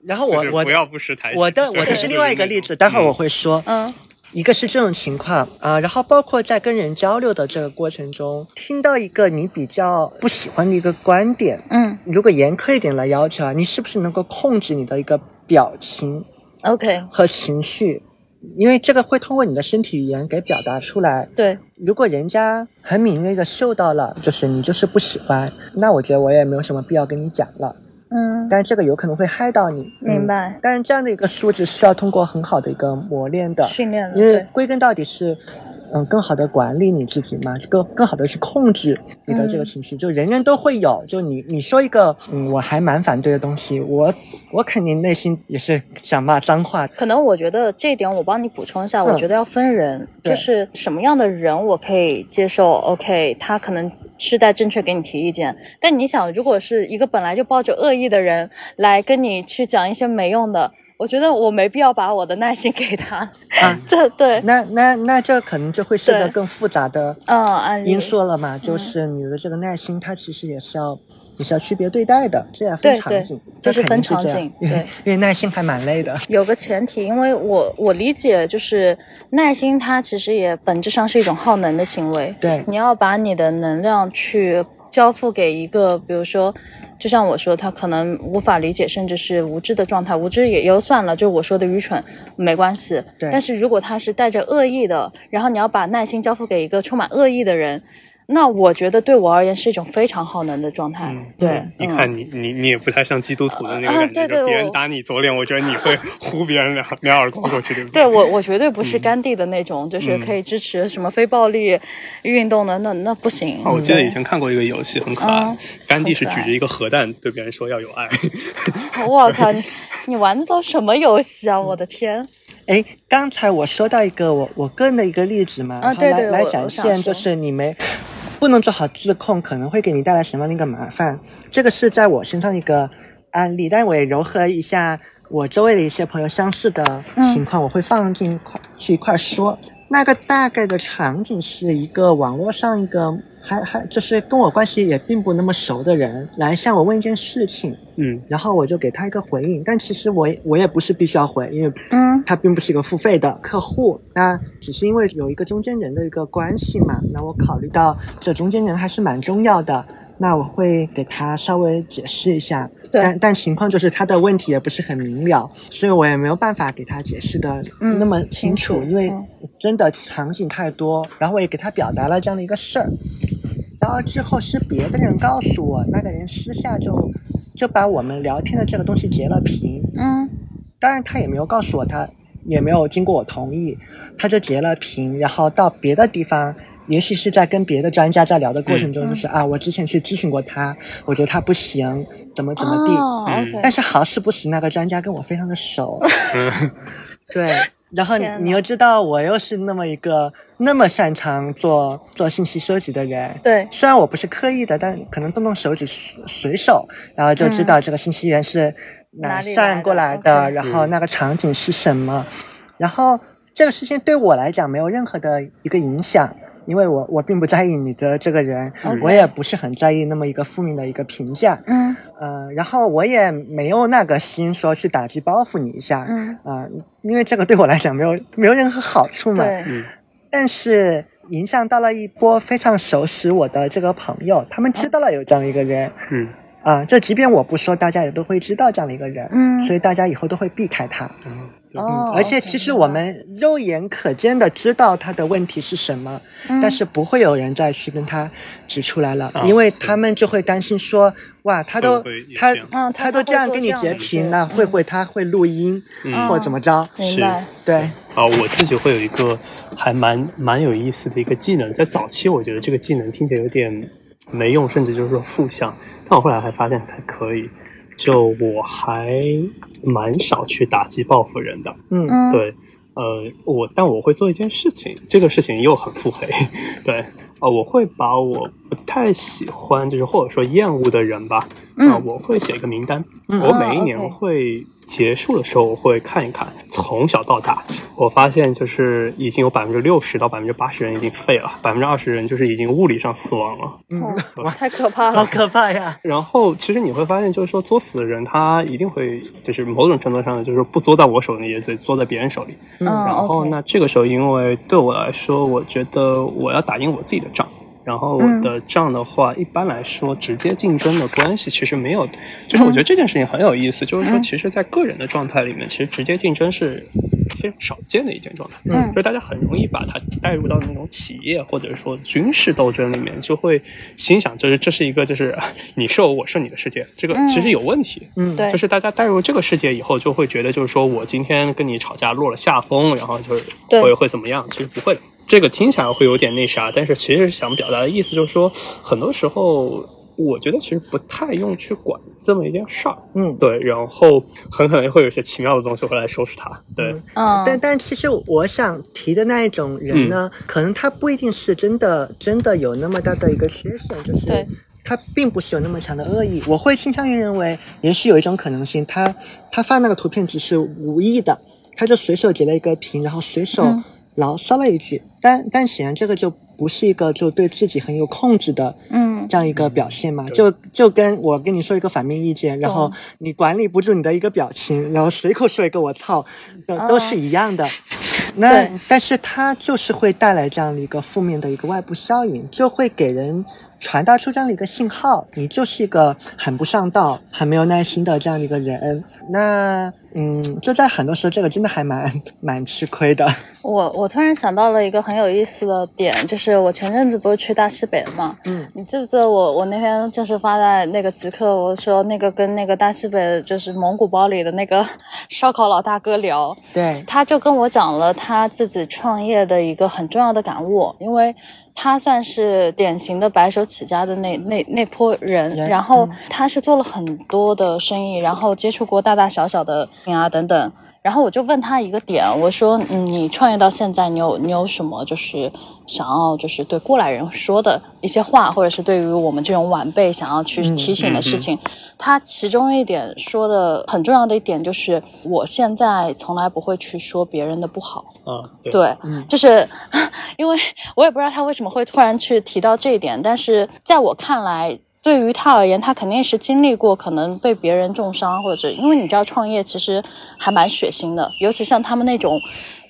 然后就我是我不要不识抬举我的我的是另外一个例子，待会儿我会说。嗯一个是这种情况啊，然后包括在跟人交流的这个过程中，听到一个你比较不喜欢的一个观点，嗯如果严苛一点来要求啊，你是不是能够控制你的一个表情，OK，和情绪？因为这个会通过你的身体语言给表达出来。对，如果人家很敏锐的嗅到了，就是你就是不喜欢，那我觉得我也没有什么必要跟你讲了。嗯，但这个有可能会害到你，嗯明。白，但是这样的一个素质是要通过很好的一个磨练的，训练了，因为对，归根到底是，嗯，更好的管理你自己嘛，更更好的去控制你的这嗯个情绪。就人人都会有，就你你说一个，嗯，我还蛮反对的东西，我我肯定内心也是想骂脏话。可能我觉得这一点我帮你补充一下，我嗯觉得要分人，就对是什么样的人我可以接受，OK，他可能。是在正确给你提意见，但你想，如果是一个本来就抱着恶意的人来跟你去讲一些没用的，我觉得我没必要把我的耐心给他。 啊这对，那那那这可能就会涉及到对更复杂的嗯，案例因素了嘛，就是你的这个耐心，它其实也是要。也是要区别对待的，这也分对场对景，这是肯分定场这样景因为对因为耐心还蛮累的。有个前提，因为我我理解就是耐心，它其实也本质上是一种耗能的行为。对你要把你的能量去交付给一个，比如说，就像我说，他可能无法理解，甚至是无知的状态。无知也就算了，就我说的愚蠢没关系。对但是如果他是带着恶意的，然后你要把耐心交付给一个充满恶意的人，那我觉得对我而言是一种非常耗能的状态。对，一嗯看你，你你也不太像基督徒的那个啊感觉，对对就别我人打你左脸，我觉得你 会呼别人两两耳光过去，对不对我，我绝对不是甘地的那种，就是可以支持什么非暴力运动的，那那不行。哦，我记得对以前看过一个游戏，很可爱嗯。甘地是很可举爱着一个核弹对别人说要有 爱，我靠，你你玩的都什么游戏啊？我的天！哎，刚才我说到一个我我个人的一个例子嘛，啊然后对来对来我展我想现，说就是你没不能做好自控，可能会给你带来什么样的一个麻烦。这个是在我身上一个案例，但我也柔和一下我周围的一些朋友相似的嗯情况，我会放进一块去一块说。那个大概的场景是一个网络上一个还还就是跟我关系也并不那么熟的人来向我问一件事情，嗯，然后我就给他一个回应，但其实我也我也不是必须要回，因为嗯他并不是一个付费的客户，那只是因为有一个中间人的一个关系嘛。那我考虑到这中间人还是蛮重要的，那我会给他稍微解释一下。对但但情况就是他的问题也不是很明了，所以我也没有办法给他解释的嗯那么清楚，清楚因为嗯真的场景太多。然后我也给他表达了这样的一个事儿，然后之后是别的人告诉我，那个人私下就就把我们聊天的这个东西截了屏。嗯当然他也没有告诉我他，也没有经过我同意，他就截了屏，然后到别的地方，也许是在跟别的专家在聊的过程中，嗯就是、啊，我之前去咨询过他，我觉得他不行，怎么怎么地。哦嗯 OK 但是好死不死，那个专家跟我非常 的熟，对。然后你天哪你又知道我又是那么一个那么擅长做做信息收集的人，对，虽然我不是刻意的，但可能动动手指随随手，然后就知道这个信息源是嗯哪哪里来散过的来，OK 的，然后那个场景是什么，然后这个事情对我来讲没有任何的一个影响。因为我我并不在意你的这个人 OK 我也不是很在意那么一个负面的一个评价，嗯嗯、然后我也没有那个心说去打击报复你一下，嗯，嗯啊、因为这个对我来讲没有没有任何好处嘛，对，但是影响到了一波非常熟识我的这个朋友，他们知道了有这样一个人嗯啊，这即便我不说，大家也都会知道这样的一个人，嗯所以大家以后都会避开他。嗯，对哦，而且其实我们肉眼可见的知道他的问题是什么，嗯，但是不会有人再去跟他指出来了，啊因为他们就会担心说，哇，他都会不会也他这样嗯他他他都这会样做跟你这样嗯截的屏事了，会不会他会录音嗯或怎么着？明白，对，啊，我自己会有一个还蛮蛮有意思的一个技能，在早期我觉得这个技能听起来有点没用，甚至就是说负向，但我后来还发现还可以。就我还蛮少去打击报复人的，嗯嗯，对，呃，我但我会做一件事情，这个事情又很腹黑，对，呃，我会把我不太喜欢，就是或者说厌恶的人吧，啊、嗯，我会写一个名单，嗯我每一年哦，OK 会结束的时候，我会看一看，从小到大，我发现就是已经有百分之六十到百分之八十人已经废了，百分之二十人就是已经物理上死亡了。嗯，哦太可怕好了，可怕呀！然后其实你会发现，就是说作死的人，他一定会就是某种程度上就是不作到我手里，也得作在别人手里。嗯，然后 OK 哦那这个时候，因为对我来说，我觉得我要打赢我自己的仗。然后我嗯的仗的话，一般来说，直接竞争的关系其实没有，就是我觉得这件事情很有意思，就是说，嗯其实，在个人的状态里面，其实直接竞争是非常少见的一件状态，嗯就是大家很容易把它带入到那种企业或者说军事斗争里面，就会心想，就是这是一个就是啊你是我，我是你的世界，这个嗯其实有问题，嗯，对就是大家带入这个世界以后，就会觉得就是说我今天跟你吵架落了下风，然后就是对会会怎么样？其实不会的，这个听起来会有点那啥，但是其实想表达的意思就是说，很多时候我觉得其实不太用去管这么一件事儿，嗯。对，然后很可能会有一些奇妙的东西会来收拾它，对，嗯但嗯，但其实我想提的那一种人呢，可能他不一定是真的真的有那么大的一个缺陷，就是对他并不是有那么强的恶意。我会倾向于认为，也许有一种可能性，他他发那个图片只是无意的，他就随手截了一个屏，然后随手嗯牢骚了一句。但但显然这个就不是一个就对自己很有控制的嗯，这样一个表现嘛，对就就跟我跟你说一个反面意见，然后懂你管理不住你的一个表情，然后随口说一个我操，都哦都是一样的。那对但是它就是会带来这样的一个负面的一个外部效应，就会给人传达出这样的一个信号，你就是一个很不上道、很没有耐心的这样的一个人。那嗯，就在很多时候，这个真的还蛮 蛮吃亏的。我我突然想到了一个很有意思的点，就是我前阵子不是去大西北了嘛，嗯，你记不记得我我那天就是发在那个极客，我说那个跟那个大西北就是蒙古包里的那个 烧烤老大哥聊，对，他就跟我讲了他自己创业的一个很重要的感悟，因为他算是典型的白手起家的那那那波人，人然后他是做了很多的生意，然后接触过大大小小的品啊等等。然后我就问他一个点，我说嗯你创业到现在，你有你有什么就是想要就是对过来人说的一些话，或者是对于我们这种晚辈想要去嗯提醒的嗯事嗯情？他其中一点说的很重要的一点就是，我现在从来不会去说别人的不好。啊，对，对，嗯就是 因为我也不知道他为什么会突然去提到这一点，但是在我看来。对于他而言，他肯定是经历过可能被别人重伤，或者是因为你知道创业其实还蛮血腥的，尤其像他们那种，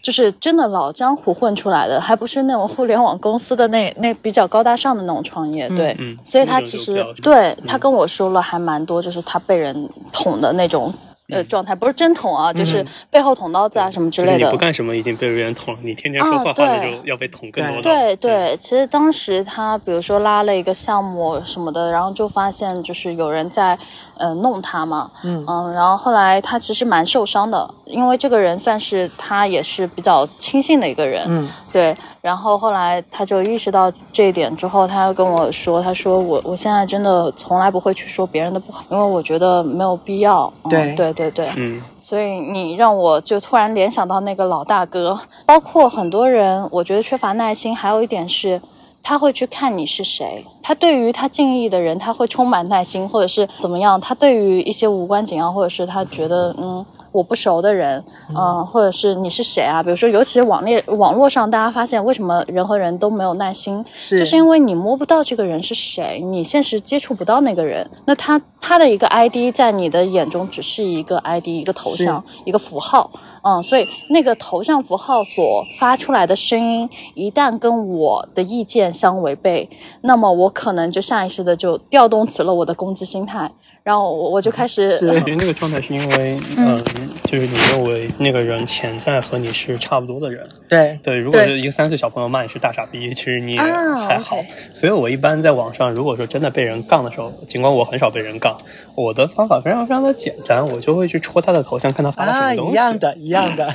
就是真的老江湖混出来的，还不是那种互联网公司的那那比较高大上的那种创业，对，嗯，所以那他种其就实比较对他嗯跟我说了还蛮多，就是他被人捅的那种呃嗯状态，不是真捅啊，就是背后捅刀子啊什么之就是类你的不。干什么已经被别人捅了，你天天说啊坏话，对你就要被捅更多的。对对，其实当时他比如说拉了一个项目什么的，然后就发现就是有人在呃弄他嘛，嗯嗯，然后后来他其实蛮受伤的，因为这个人算是他也是比较轻信的一个人，嗯对，然后后来他就意识到这一点之后，他又跟我说：“他说我我现在真的从来不会去说别人的不好，因为我觉得没有必要。嗯”对对对对，嗯，所以你让我就突然联想到那个老大哥，包括很多人，我觉得缺乏耐心，还有一点是。他会去看你是谁，他对于他敬意的人，他会充满耐心，或者是怎么样？他对于一些无关紧要，或者是他觉得嗯我不熟的人，嗯、或者是你是谁啊？比如说，尤其是网恋网络上，大家发现为什么人和人都没有耐心，是就是因为你摸不到这个人是谁，你现实接触不到那个人，那他他的一个 ID 在你的眼中只是一个 ID，一个头像，一个符号，嗯，所以那个头像符号所发出来的声音，一旦跟我的意见相违背，那么我可能就下意识的就调动起了我的攻击心态，然后我我就开始我 觉得那个状态是因为，嗯嗯，就是你认为那个人潜在和你是差不多的人，对，对，如果对是一个三岁小朋友骂你是大傻逼，其实你也啊还好。 OK 所以我一般在网上，如果说真的被人杠的时候，尽管我很少被人杠，我的方法非常非常的简单，我就会去戳他的头像，看他发了什啊，么一东西。样的，一样的，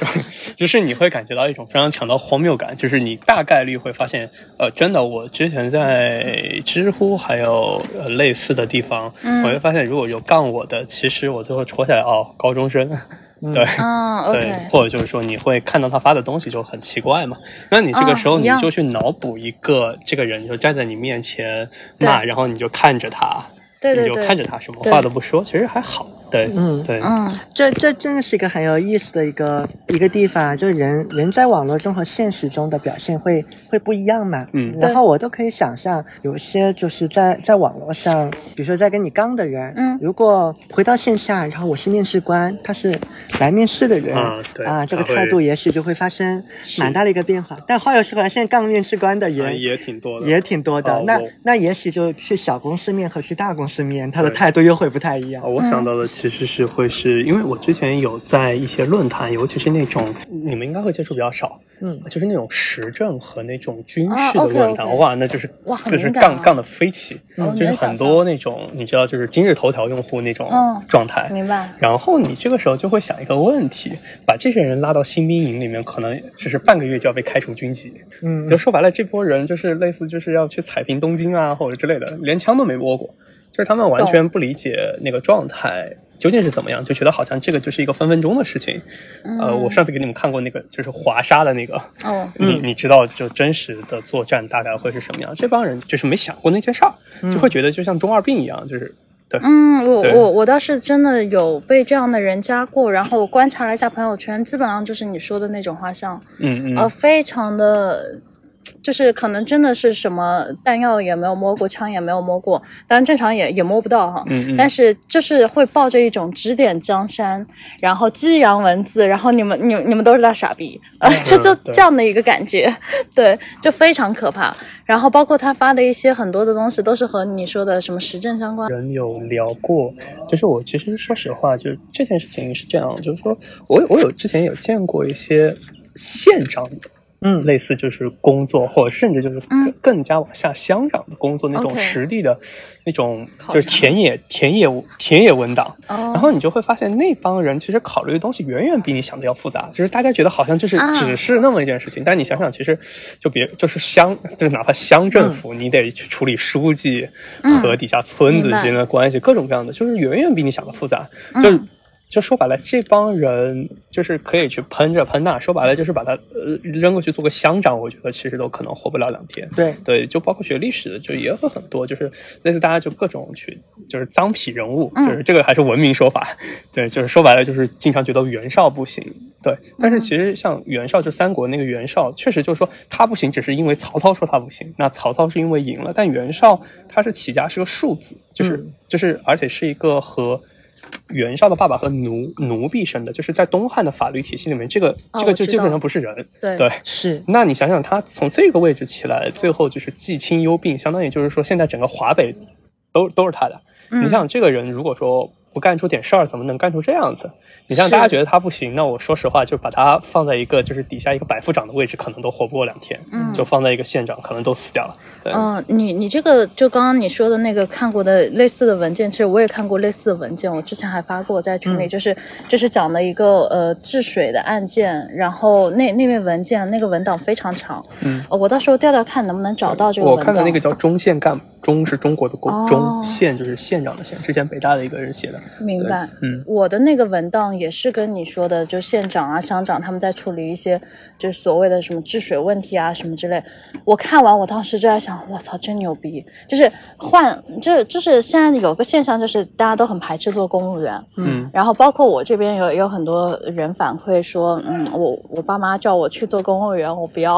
就是你会感觉到一种非常强的荒谬感，就是你大概率会发现，呃，真的，我之前在知乎还有、呃、类似的地方，嗯我会发现如果有杠我的，其实我最后戳下来，哦，高中生， 对。嗯对，OK，，或者就是说你会看到他发的东西就很奇怪嘛？那你这个时候啊一你样就去脑补一个这个人就站在你面前骂，对然后你就看着他，对对你就对，看着他，什么对话都不说，其实还好。对，嗯对，嗯，这这真的是一个很有意思的一个一个地方，啊就是人人在网络中和现实中的表现会会不一样嘛。嗯然后我都可以想象，有些就是在在网络上，比如说在跟你刚的人，嗯如果回到线下，然后我是面试官，他是来面试的人啊对啊这个他会态度也许就会发生是蛮大的一个变化。但话又说回来，现在杠面试官的嗯人也挺多的，也挺多的，哦那我那也许就去小公司面和去大公司面，他的对态度又会不太一样啊，。我想到的其实是会是因为我之前有在一些论坛，尤其是那种你们应该会接触比较少，嗯，就是那种时政和那种军啊事的论坛， ，OK，OK 哇，那就是哇很就是敏感杠啊杠的飞起，哦就是很多那种你知道，就是今日头条用户那种嗯状态。明白，然后你这个时候就会想一个问题：把这些人拉到新兵营里面，可能只是半个月就要被开除军籍。嗯，就说白了，这波人就是类似就是要去踩平东京啊或者之类的，连枪都没摸过，就是他们完全不理解那个状态究竟是怎么样，就觉得好像这个就是一个分分钟的事情。呃，嗯我上次给你们看过那个就是华沙的那个，哦，你你知道就真实的作战大概会是什么样？这帮人就是没想过那件事儿，嗯就会觉得就像中二病一样，就是嗯，我对我我倒是真的有被这样的人加过，然后我观察了一下朋友圈，基本上就是你说的那种画像，嗯嗯呃，非常的，就是可能真的是什么弹药也没有摸过，枪也没有摸过，当然正常也也摸不到哈，嗯嗯，但是就是会抱着一种指点江山，然后激扬文字，然后你们、你们、你们都是大傻逼，呃， 就就嗯对这样的一个感觉，对，就非常可怕。然后包括他发的一些很多的东西，都是和你说的什么时政相关。人有聊过，就是我其实说实话，就是这件事情是这样，就是说我有我有之前有见过一些县长嗯，类似就是工作，或者甚至就是嗯更更加往下乡长的工作，那种 OK 实地的那种考察就是田野田野田野文档。哦，然后你就会发现，那帮人其实考虑的东西远远比你想的要复杂。就是大家觉得好像就是啊只是那么一件事情，但你想想，其实就别就是乡，就是哪怕乡政府，你得去处理书记嗯和底下村子明白之间的关系，各种各样的，就是远远比你想的复杂。嗯就就说白了，这帮人就是可以去喷这喷那，说白了就是把他呃扔过去做个乡长，我觉得其实都可能活不了两天。对，对，就包括学历史的，就也会很多，就是类似大家就各种去，就是脏痞人物，嗯就是这个还是文明说法， 对，就是说白了就是经常觉得袁绍不行，对，嗯但是其实像袁绍，就三国那个袁绍，确实就是说他不行，只是因为曹操说他不行，那曹操是因为赢了，但袁绍他是起家是个庶子，就是、嗯就是，而且是一个和。袁绍的爸爸和奴奴婢生的，就是在东汉的法律体系里面，这个哦这个我就知基本道上不是人，对对，是，那你想想，他从这个位置起来，最后就是既亲忧病，相当于就是说，现在整个华北都都是他的。嗯你想想，这个人如果说不干出点事儿，怎么能干出这样子？你让是大家觉得他不行，那我说实话，就把他放在一个就是底下一个百夫长的位置，可能都活不过两天；嗯就放在一个县长，可能都死掉了。对，嗯，你你这个就刚刚你说的那个看过的类似的文件，其实我也看过类似的文件，我之前还发过在群里，嗯就是就是讲的一个呃治水的案件，然后那那篇文件那个文档非常长，嗯呃，我到时候调调看能不能找到这个我文档。看的那个叫中县干部，中是中国的国，哦中县就是县长的县，之前北大的一个人写的。明白，嗯，我的那个文档也是跟你说的，就县长啊、乡长他们在处理一些就所谓的什么治水问题啊什么之类。我看完，我当时就在想，我操，真牛逼！就是换，就就是现在有个现象，就是大家都很排斥做公务员，嗯然后包括我这边有有很多人反馈说，嗯，我我爸妈叫我嗯去做 公务员，我不要，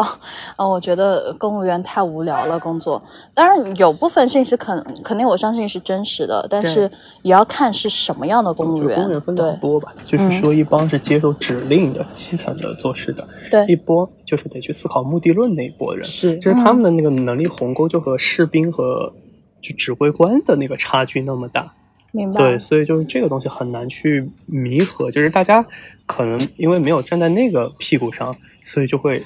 啊，我觉得公务员太无聊了工作。当然有部分信息肯肯定我相信是真实的，但是也要看是什么样的公务就是员。公务员分对很多吧，就是说一帮是接受指令的、基层的做事的，对一波就是得去思考目的论那一波人，是就是他们的那个能力鸿沟就和士兵和就指挥官的那个差距那么大，明白。对，所以就是这个东西很难去弥合，就是大家可能因为没有站在那个屁股上，所以就会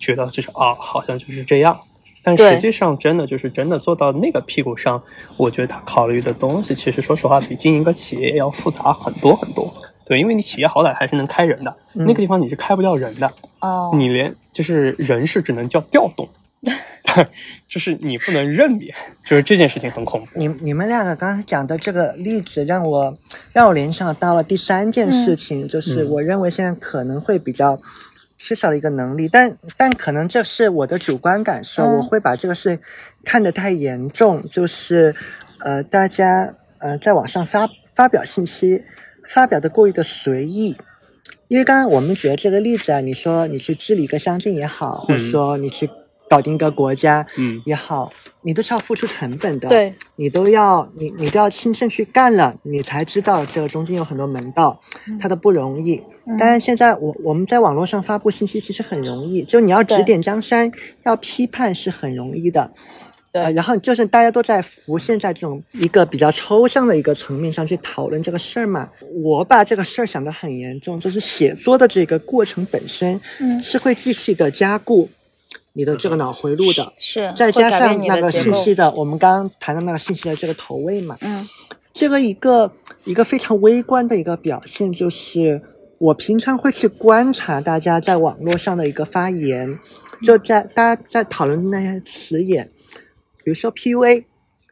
觉得就是啊，好像就是这样。但对实际上，真的就是真的坐到那个屁股上，我觉得他考虑的东西，其实说实话，比经营一个企业要复杂很多很多。对，因为你企业好歹还是能开人的，嗯那个地方你是开不掉人的，哦，你连就是人是只能叫调 动， 就是你不能任免，就是这件事情很恐怖。你你们两个刚才讲的这个例子，让我让我联想到了第三件事情，嗯就是我认为现在可能会比较缺少的一个能力，但但可能这是我的主观感受，嗯我会把这个事看得太严重，就是呃，大家呃在网上发发表信息，发表的过于的随意。因为刚刚我们举的这个例子啊，你说你去治理一个乡镇也好，或者嗯说你去搞定一个国家嗯也好，你都是要付出成本的。对，你都要你你都要亲身去干了，你才知道这个中间有很多门道，它的不容易。嗯当然，现在我我们在网络上发布信息其实很容易，就你要指对点江山，要批判是很容易的。对呃，然后就是大家都在浮现在这种一个比较抽象的一个层面上去讨论这个事儿嘛。我把这个事儿想得很严重，就是写作的这个过程本身嗯，是会继续的加固你的这个脑回路的。是再会加改上变你那的个结信构息的，我们刚刚谈到那个信息的这个投喂嘛，嗯这个一个一个非常微观的一个表现就是，我平常会去观察大家在网络上的一个发言，就在大家在讨论那些词眼，比如说 PUA，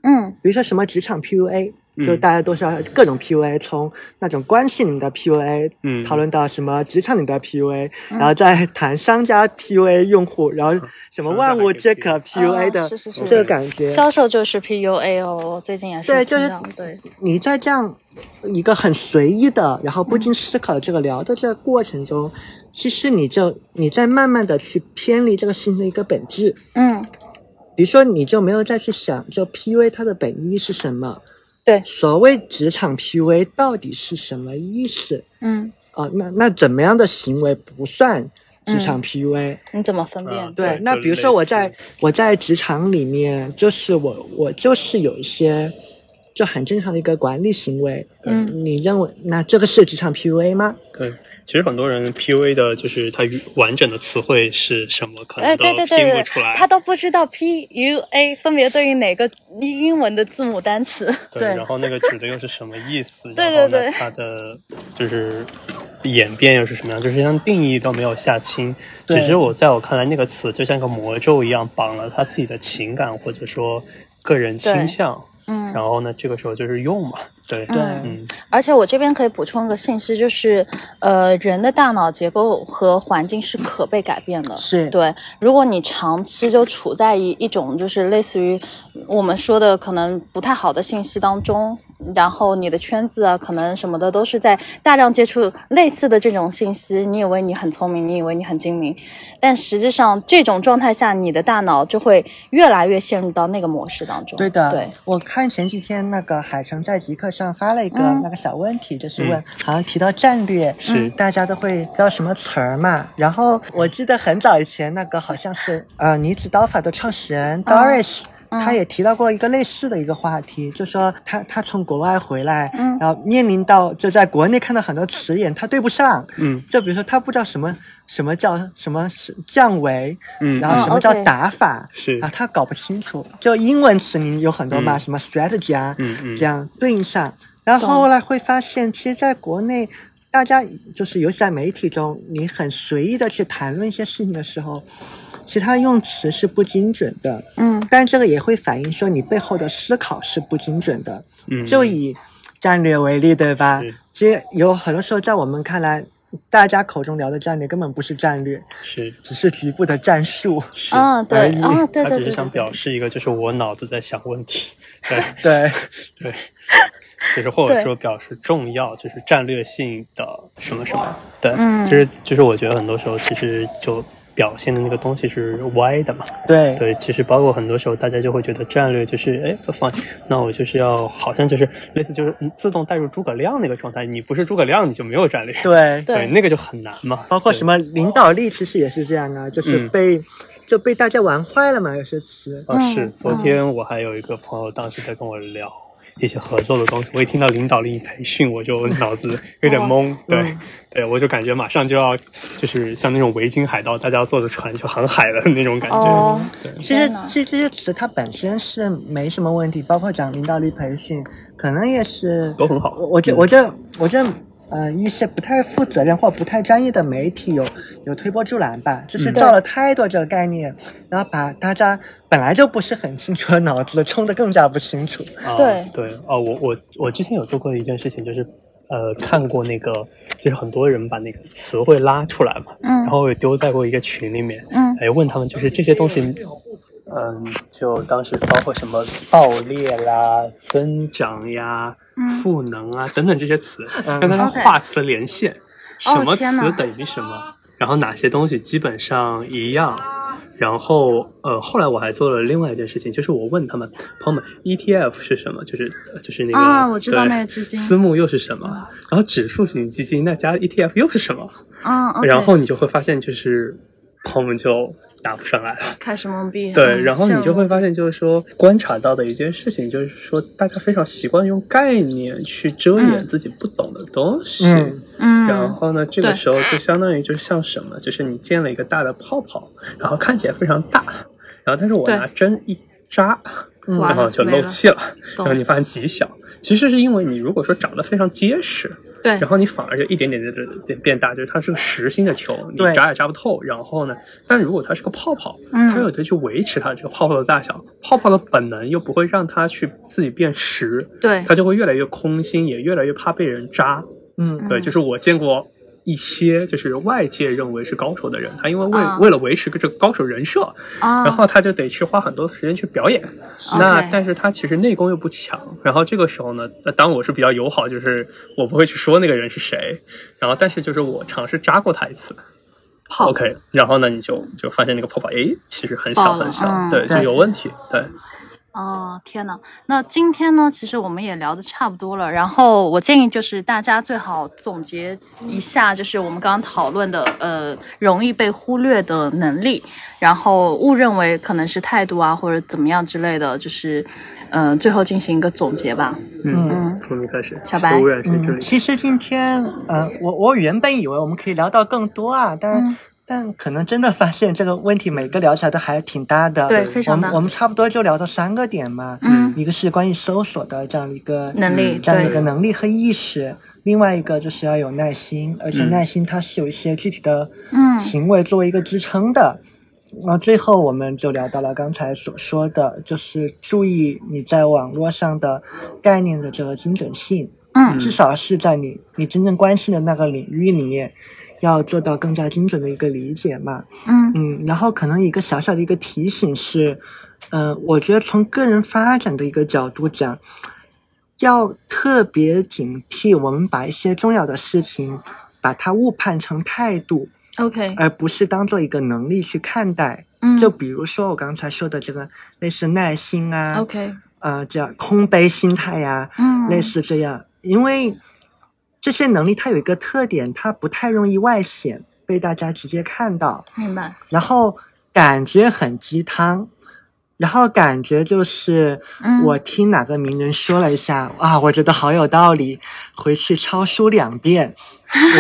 嗯比如说什么职场 PUA，嗯就大家都是要各种 PUA，从那种关系里面的 PUA，嗯讨论到什么职场里面的 PUA，、然后再谈商家 PUA 用户，然后什么万物皆可 PUA 的、哦是是是这个感觉。销售就是 PUA 哦，我最近也是对就是听到对，你在这样一个很随意的，然后不经思考的这个聊的这个过程中，其实你就你在慢慢的去偏离这个事情的一个本质。嗯比如说，你就没有再去想，就 PUA 它的本意是什么？对所谓职场 PUA 到底是什么意思嗯，啊、那那怎么样的行为不算职嗯场 PUA？、你怎么分辨？啊对对，那就比如类说我似在我在职场里面，就是我我就是有一些就很正常的一个管理行为，嗯，你认为那这个是职场 PUA 吗？对，嗯其实很多人 PUA 的就是它与完整的词汇是什么，可哎，能对都拼对对对不出来。，他都不知道 PUA 分别对应哪个英文的字母单词。对对然后那个指的又是什么意思？对然后对呢对它的就是演变又是什么样？就是像定义都没有下清。对只是我在我看来，那个词就像个魔咒一样，绑了他自己的情感或者说个人倾向。嗯然后呢，这个时候就是用嘛，对，对嗯，而且我这边可以补充个信息，就是，呃，人的大脑结构和环境是可被改变的。是对，如果你长期就处在一一种就是类似于我们说的可能不太好的信息当中，然后你的圈子啊，可能什么的都是在大量接触类似的这种信息，你以为你很聪明，你以为你很精明，但实际上这种状态下，你的大脑就会越来越陷入到那个模式当中。对的，对，我看前几天那个海城在极客上发了一个嗯那个小问题，就是嗯问，好像提到战略，是大家都会叫什么词儿嘛。然后我记得很早以前那个好像是呃女子刀法的创始人 Doris。嗯她也提到过一个类似的一个话题，就说她她从国外回来，嗯然后面临到就在国内看到很多词眼，她对不上，嗯就比如说她不知道什么什么叫什么是降维，嗯，然嗯后什么叫，OK 打法，是啊，他搞不清楚。就英文词你有很多嘛，嗯什么 strategy 啊，嗯嗯这样对应上。然后懂后来会发现，其实在国内，大家就是尤其在媒体中，你很随意的去谈论一些事情的时候，其他用词是不精准的。嗯但这个也会反映说你背后的思考是不精准的。嗯，就以战略为例，对吧是？其实有很多时候，在我们看来，大家口中聊的战略根本不是战略，是只是局部的战术。是哎啊，对而已啊，对他对对只是对想对表。示一个，就是我脑子在想问题， 对。对，对，就是或者对说表示重要，就是战略性的什么什么，对，嗯就是就是我觉得很多时候其实就表现的那个东西是歪的嘛。对对，其实包括很多时候，大家就会觉得战略就是，哎，不放，那我就是要，好像就是类似就是嗯自动带入诸葛亮那个状态，你不是诸葛亮，你就没有战略。对对那个就很难嘛。包括什么？么领导力，其实也是这样啊，就是嗯被、就被大家玩坏了嘛，有些词。啊，是，嗯昨天我还有一个朋友，当时在跟我聊一些合作的东西，我一听到领导力培训，我就脑子有点懵，对嗯，对，我就感觉马上就要就是像那种维京海盗，大家坐着船去航海的那种感觉。哦，对，其实天哪这这些词它本身是没什么问题，包括讲领导力培训，可能也是都很好我我这我这我这呃一些不太负责任或不太专业的媒体有有推波助澜吧，就是嗯造了太多这个概念，然后把大家本来就不是很清楚的脑子冲得更加不清楚。啊对对哦，我我我之前有做过一件事情，就是呃看过那个，就是很多人把那个词汇拉出来嘛，嗯然后我也丢在过一个群里面，嗯哎，问他们就是这些东西，嗯，就当时包括什么爆裂啦、增长呀、嗯赋能啊等等这些词，嗯让大家 OK 画词连线，哦什么天哪词等于什么，然后哪些东西基本上一样。然后，呃，后来我还做了另外一件事情，就是我问他们，朋友们，ETF 是什么？就是呃就是那个啊我知道对那个基金私募又是什么？然后指数型基金那加 ETF 又是什么？嗯，OK，然后你就会发现，就是朋友们就答不上来了。开始懵逼，对，嗯然后羡你慕就会发现，就是说观察到的一件事情，就是说大家非常习惯用概念去遮掩嗯自己不懂的东西。嗯然嗯，后呢，这个对时候就相当于就像什么，就是你建了一个大的泡泡，然后看起来非常大，然后但是我对拿针一扎，嗯完然了后就没漏了气了，然后懂你发现极小。其实是因为你如果说长得非常结实，对然，后你反而就一点点的变变大，就是它是个实心的球，你对扎也扎不透。然后呢，但如果它是个泡泡，嗯它有的去维持它这个泡泡的大小，泡泡的本能又不会让它去自己变实，对，它就会越来越空心，也越来越怕被人扎。嗯，对，就是我见过一些就是外界认为是高手的人，他因为为、啊为了维持这个高手人设，啊，然后他就得去花很多时间去表演。那但是他其实内功又不强，然后这个时候呢，呃当然我是比较友好，就是我不会去说那个人是谁，然后但是就是我尝试扎过他一次。泡 OK，然后呢，你就就发现那个泡泡，诶，其实很爆小了很小，嗯对，就对有问题，对，哦，天呐，那今天呢，其实我们也聊得差不多了。然后我建议就是大家最好总结一下，就是我们刚刚讨论的，呃，容易被忽略的能力，然后误认为可能是态度啊，或者怎么样之类的，就是，呃，最后进行一个总结吧。嗯从你开始，小白是污染谁这嗯，里？其实今天，呃，我我原本以为我们可以聊到更多啊，但、嗯但可能真的发现这个问题，每个聊起来都还挺大的。对非常我们大我们差不多就聊到三个点嘛，嗯，一个是关于搜索的这样的一个能力嗯这样的一对个能力和意识，另外一个就是要有耐心，而且嗯耐心它是有一些具体的嗯行为作为一个支撑的。然后最后我们就聊到了刚才所说的，就是注意你在网络上的概念的这个精准性。嗯至少是在你你真正关心的那个领域里面，要做到更加精准的一个理解嘛。嗯嗯，然后可能一个小小的一个提醒是，嗯、我觉得从个人发展的一个角度讲，要特别警惕我们把一些重要的事情，把它误判成态度， ，OK，而不是当做一个能力去看待。嗯，就比如说我刚才说的这个类似耐心啊， OK，呃，这样空杯心态呀、嗯，类似这样，因为这些能力它有一个特点，它不太容易外显，被大家直接看到，明白，然后感觉很鸡汤，然后感觉就是嗯我听哪个名人说了一下、啊，我觉得好有道理，回去抄书两遍，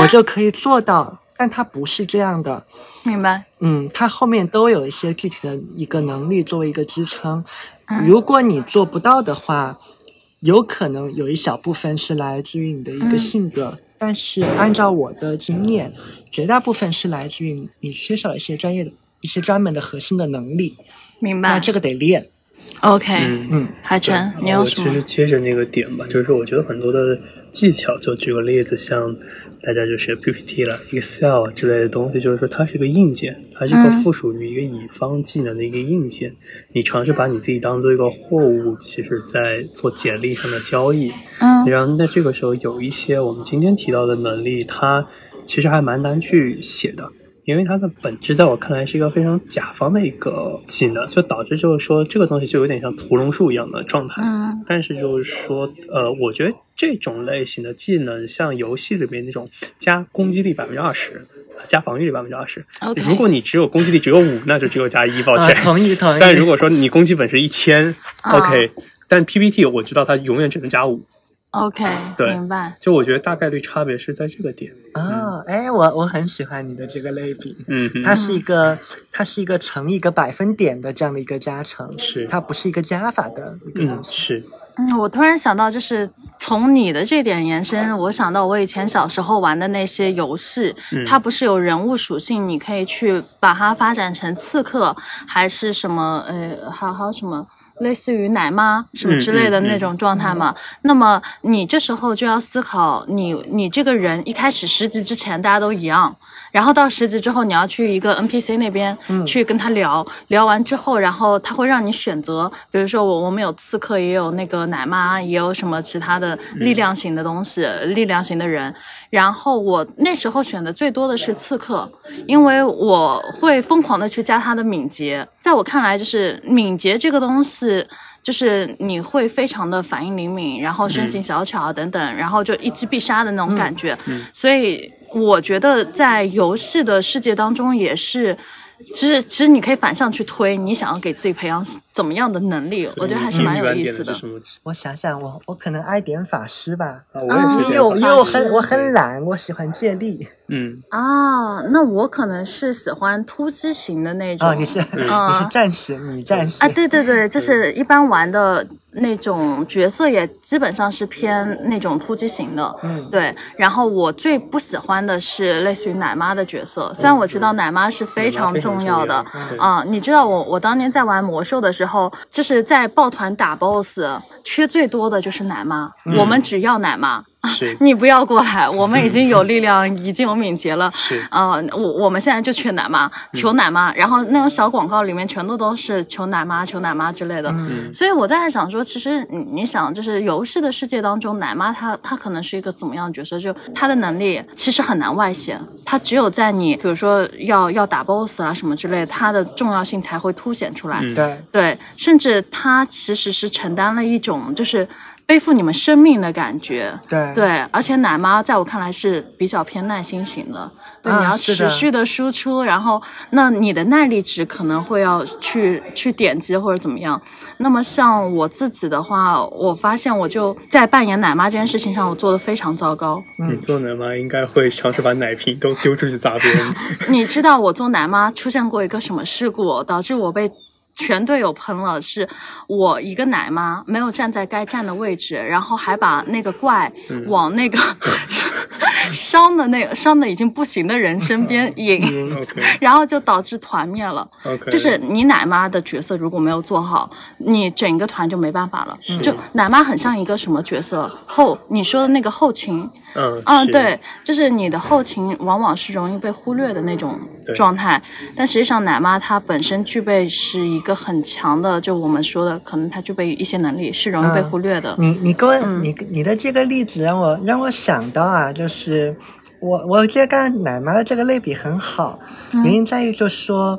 我就可以做到，但它不是这样的。明白，嗯，它后面都有一些具体的一个能力作为一个支撑嗯。如果你做不到的话，有可能有一小部分是来自于你的一个嗯性格，但是按照我的经验，绝大部分是来自于你你缺少一些专业的、一些专门的核心的能力。明那白这个得练。 ，OK，嗯嗯海晨，你有我什其实么？接着那个点吧，就是我觉得很多的技巧，就举个例子，像大家就是 PPT 了、Excel 之类的东西，就是说它是个硬件，它是一个嗯附属于一个乙方技能的一个硬件。你尝试把你自己当做一个货物，其实在做简历上的交易。嗯然后那这个时候有一些我们今天提到的能力，它其实还蛮难去写的。因为它的本质在我看来是一个非常甲方的一个技能，就导致就是说这个东西就有点像屠龙术一样的状态。嗯但是就是说，呃，我觉得这种类型的技能，像游戏里面那种加攻击力百分之二十，加防御力百分之二十。 ，OK，如果你只有攻击力只有五，那就只有加一，抱啊歉。同意 嗯同意。但如果说你攻击本是一千、啊 o k 但 PPT 我知道它永远只能加五， OK，对明白。就我觉得大概率差别是在这个点。啊，哎，我我很喜欢你的这个类比，嗯哼，它是一个它是一个乘一个百分点的这样的一个加成，是它不是一个加法的一个嗯东西。是，嗯，我突然想到，就是从你的这点延伸，我想到我以前小时候玩的那些游戏，嗯它不是有人物属性，你可以去把它发展成刺客，还是什么，呃，还还有什么。类似于奶妈什么之类的嗯嗯那种状态嘛，那么你这时候就要思考你，你这个人一开始十级之前大家都一样，然后到十级之后你要去一个 NPC 那边嗯去跟他聊，聊完之后，然后他会让你选择，比如说我我们有刺客，也有那个奶妈，也有什么其他的嗯力量型的东西，力量型的人。然后我那时候选的最多的是刺客，因为我会疯狂的去加他的敏捷。在我看来，就是敏捷这个东西，就是你会非常的反应灵敏，然后身形小巧啊等等，然后就一击必杀的那种感觉。所以我觉得在游戏的世界当中也是。其实，其实你可以反向去推，你想要给自己培养怎么样的能力？我觉得还是嗯蛮有意思的。的。什么？我想想，我我可能爱点法师吧，啊，我也是因这为样我因吧。为我法很师我很懒，我喜欢借力。嗯，啊，那我可能是喜欢突击型的那种。哦，你是、你是战士，女战士啊，对对对，就是一般玩的那种角色也基本上是偏那种突击型的，嗯对。然后我最不喜欢的是类似于奶妈的角色，虽然我知道奶妈是非常重要的，对啊、你知道我我当年在玩魔兽的时候，就是在抱团打 BOSS，缺最多的就是奶妈，我们只要奶妈。是你不要过来，我们已经有力量，已经有敏捷了。 是嗯呃，我我们现在就缺奶妈，求奶妈。然后那种小广告里面全都都是求奶妈、求奶妈之类的。嗯所以我在想说，其实你你想，就是游戏的世界当中，奶妈她她可能是一个怎么样的角色？就她的能力其实很难外显，她只有在你比如说要要打 BOSS 啊什么之类，她的重要性才会凸显出来。嗯对，对，甚至她其实是承担了一种就是背负你们生命的感觉。对对，而且奶妈在我看来是比较偏耐心型的，对，啊你要是持的续的输出，然后那你的耐力值可能会要去去点击或者怎么样。那么像我自己的话，我发现我就在扮演奶妈这件事情上，我做的非常糟糕。你做奶妈应该会尝试把奶瓶都丢出去砸别人。 你知道我做奶妈出现过一个什么事故，哦导致我被全队友喷了？是我一个奶妈没有站在该站的位置，然后还把那个怪往那个、伤的那个伤的已经不行的人身边引，嗯 OK 然后就导致团灭了。 OK， 就是你奶妈的角色如果没有做好，你整个团就没办法了。就奶妈很像一个什么角色后你说的那个后勤，嗯嗯，是对，就是你的后勤往往是容易被忽略的那种对状态，但实际上奶妈她本身具备是一个很强的，就我们说的，可能她具备一些能力是容易被嗯忽略的。你你跟我、嗯你你的这个例子让我让我想到啊，就是我我觉得刚才奶妈的这个类比很好，原嗯因在于就是说。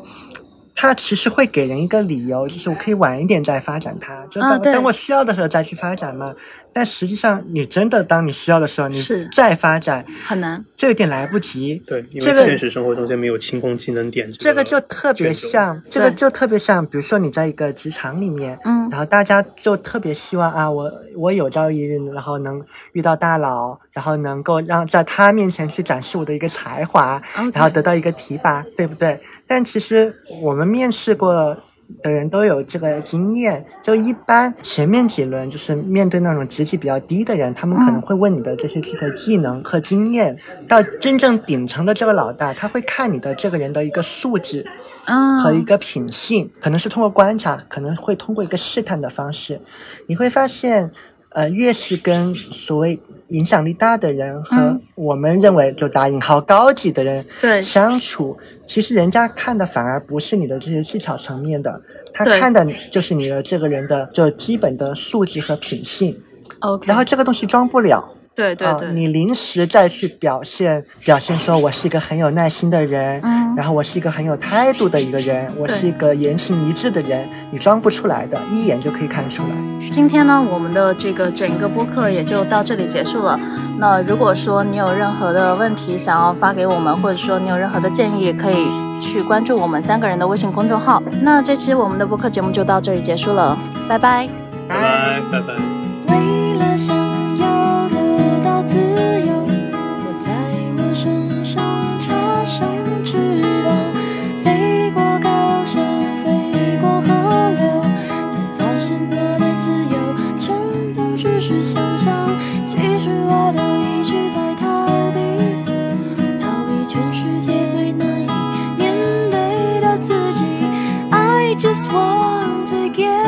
它其实会给人一个理由，就是我可以晚一点再发展它，就当、啊对当我需要的时候再去发展嘛。但实际上，你真的当你需要的时候，你是再发展，很难。这有点来不及。对，因这为个现实生活中间没有清空技能点，这个就特别卷轴像，这个对就特别像，比如说你在一个职场里面，嗯然后大家就特别希望啊，我我有朝一日，然后能遇到大佬，然后能够让在他面前去展示我的一个才华， ，OK，然后得到一个提拔，对不对？但其实我们面试过的人都有这个经验，就一般前面几轮就是面对那种职级比较低的人，他们可能会问你的这些具体的技能和经验。到真正顶层的这个老大，他会看你的这个人的一个素质啊和一个品性，可能是通过观察，可能会通过一个试探的方式，你会发现。呃，越是跟所谓影响力大的人和嗯我们认为就打引号高级的人，对相处，其实人家看的反而不是你的这些技巧层面的，他对看的就是你的这个人的就基本的素质和品性， ，OK，然后这个东西装不了。对对呃对，你临时再去表现表现说我是一个很有耐心的人，嗯然后我是一个很有态度的一个人，我对是一个言行一致的人，你装不出来的，一眼就可以看出来。今天呢，我们的这个整个播客也就到这里结束了。那如果说你有任何的问题想要发给我们，或者说你有任何的建议，可以去关注我们三个人的微信公众号。那这期我们的播客节目就到这里结束了，拜拜。拜拜拜拜。为了想要得到自由，我在我身上插上翅膀，飞过高山，飞过河流，才发现我的自由全都只是想象。其实我都一直在逃避，逃避全世界最难以面对的自己。I just want to get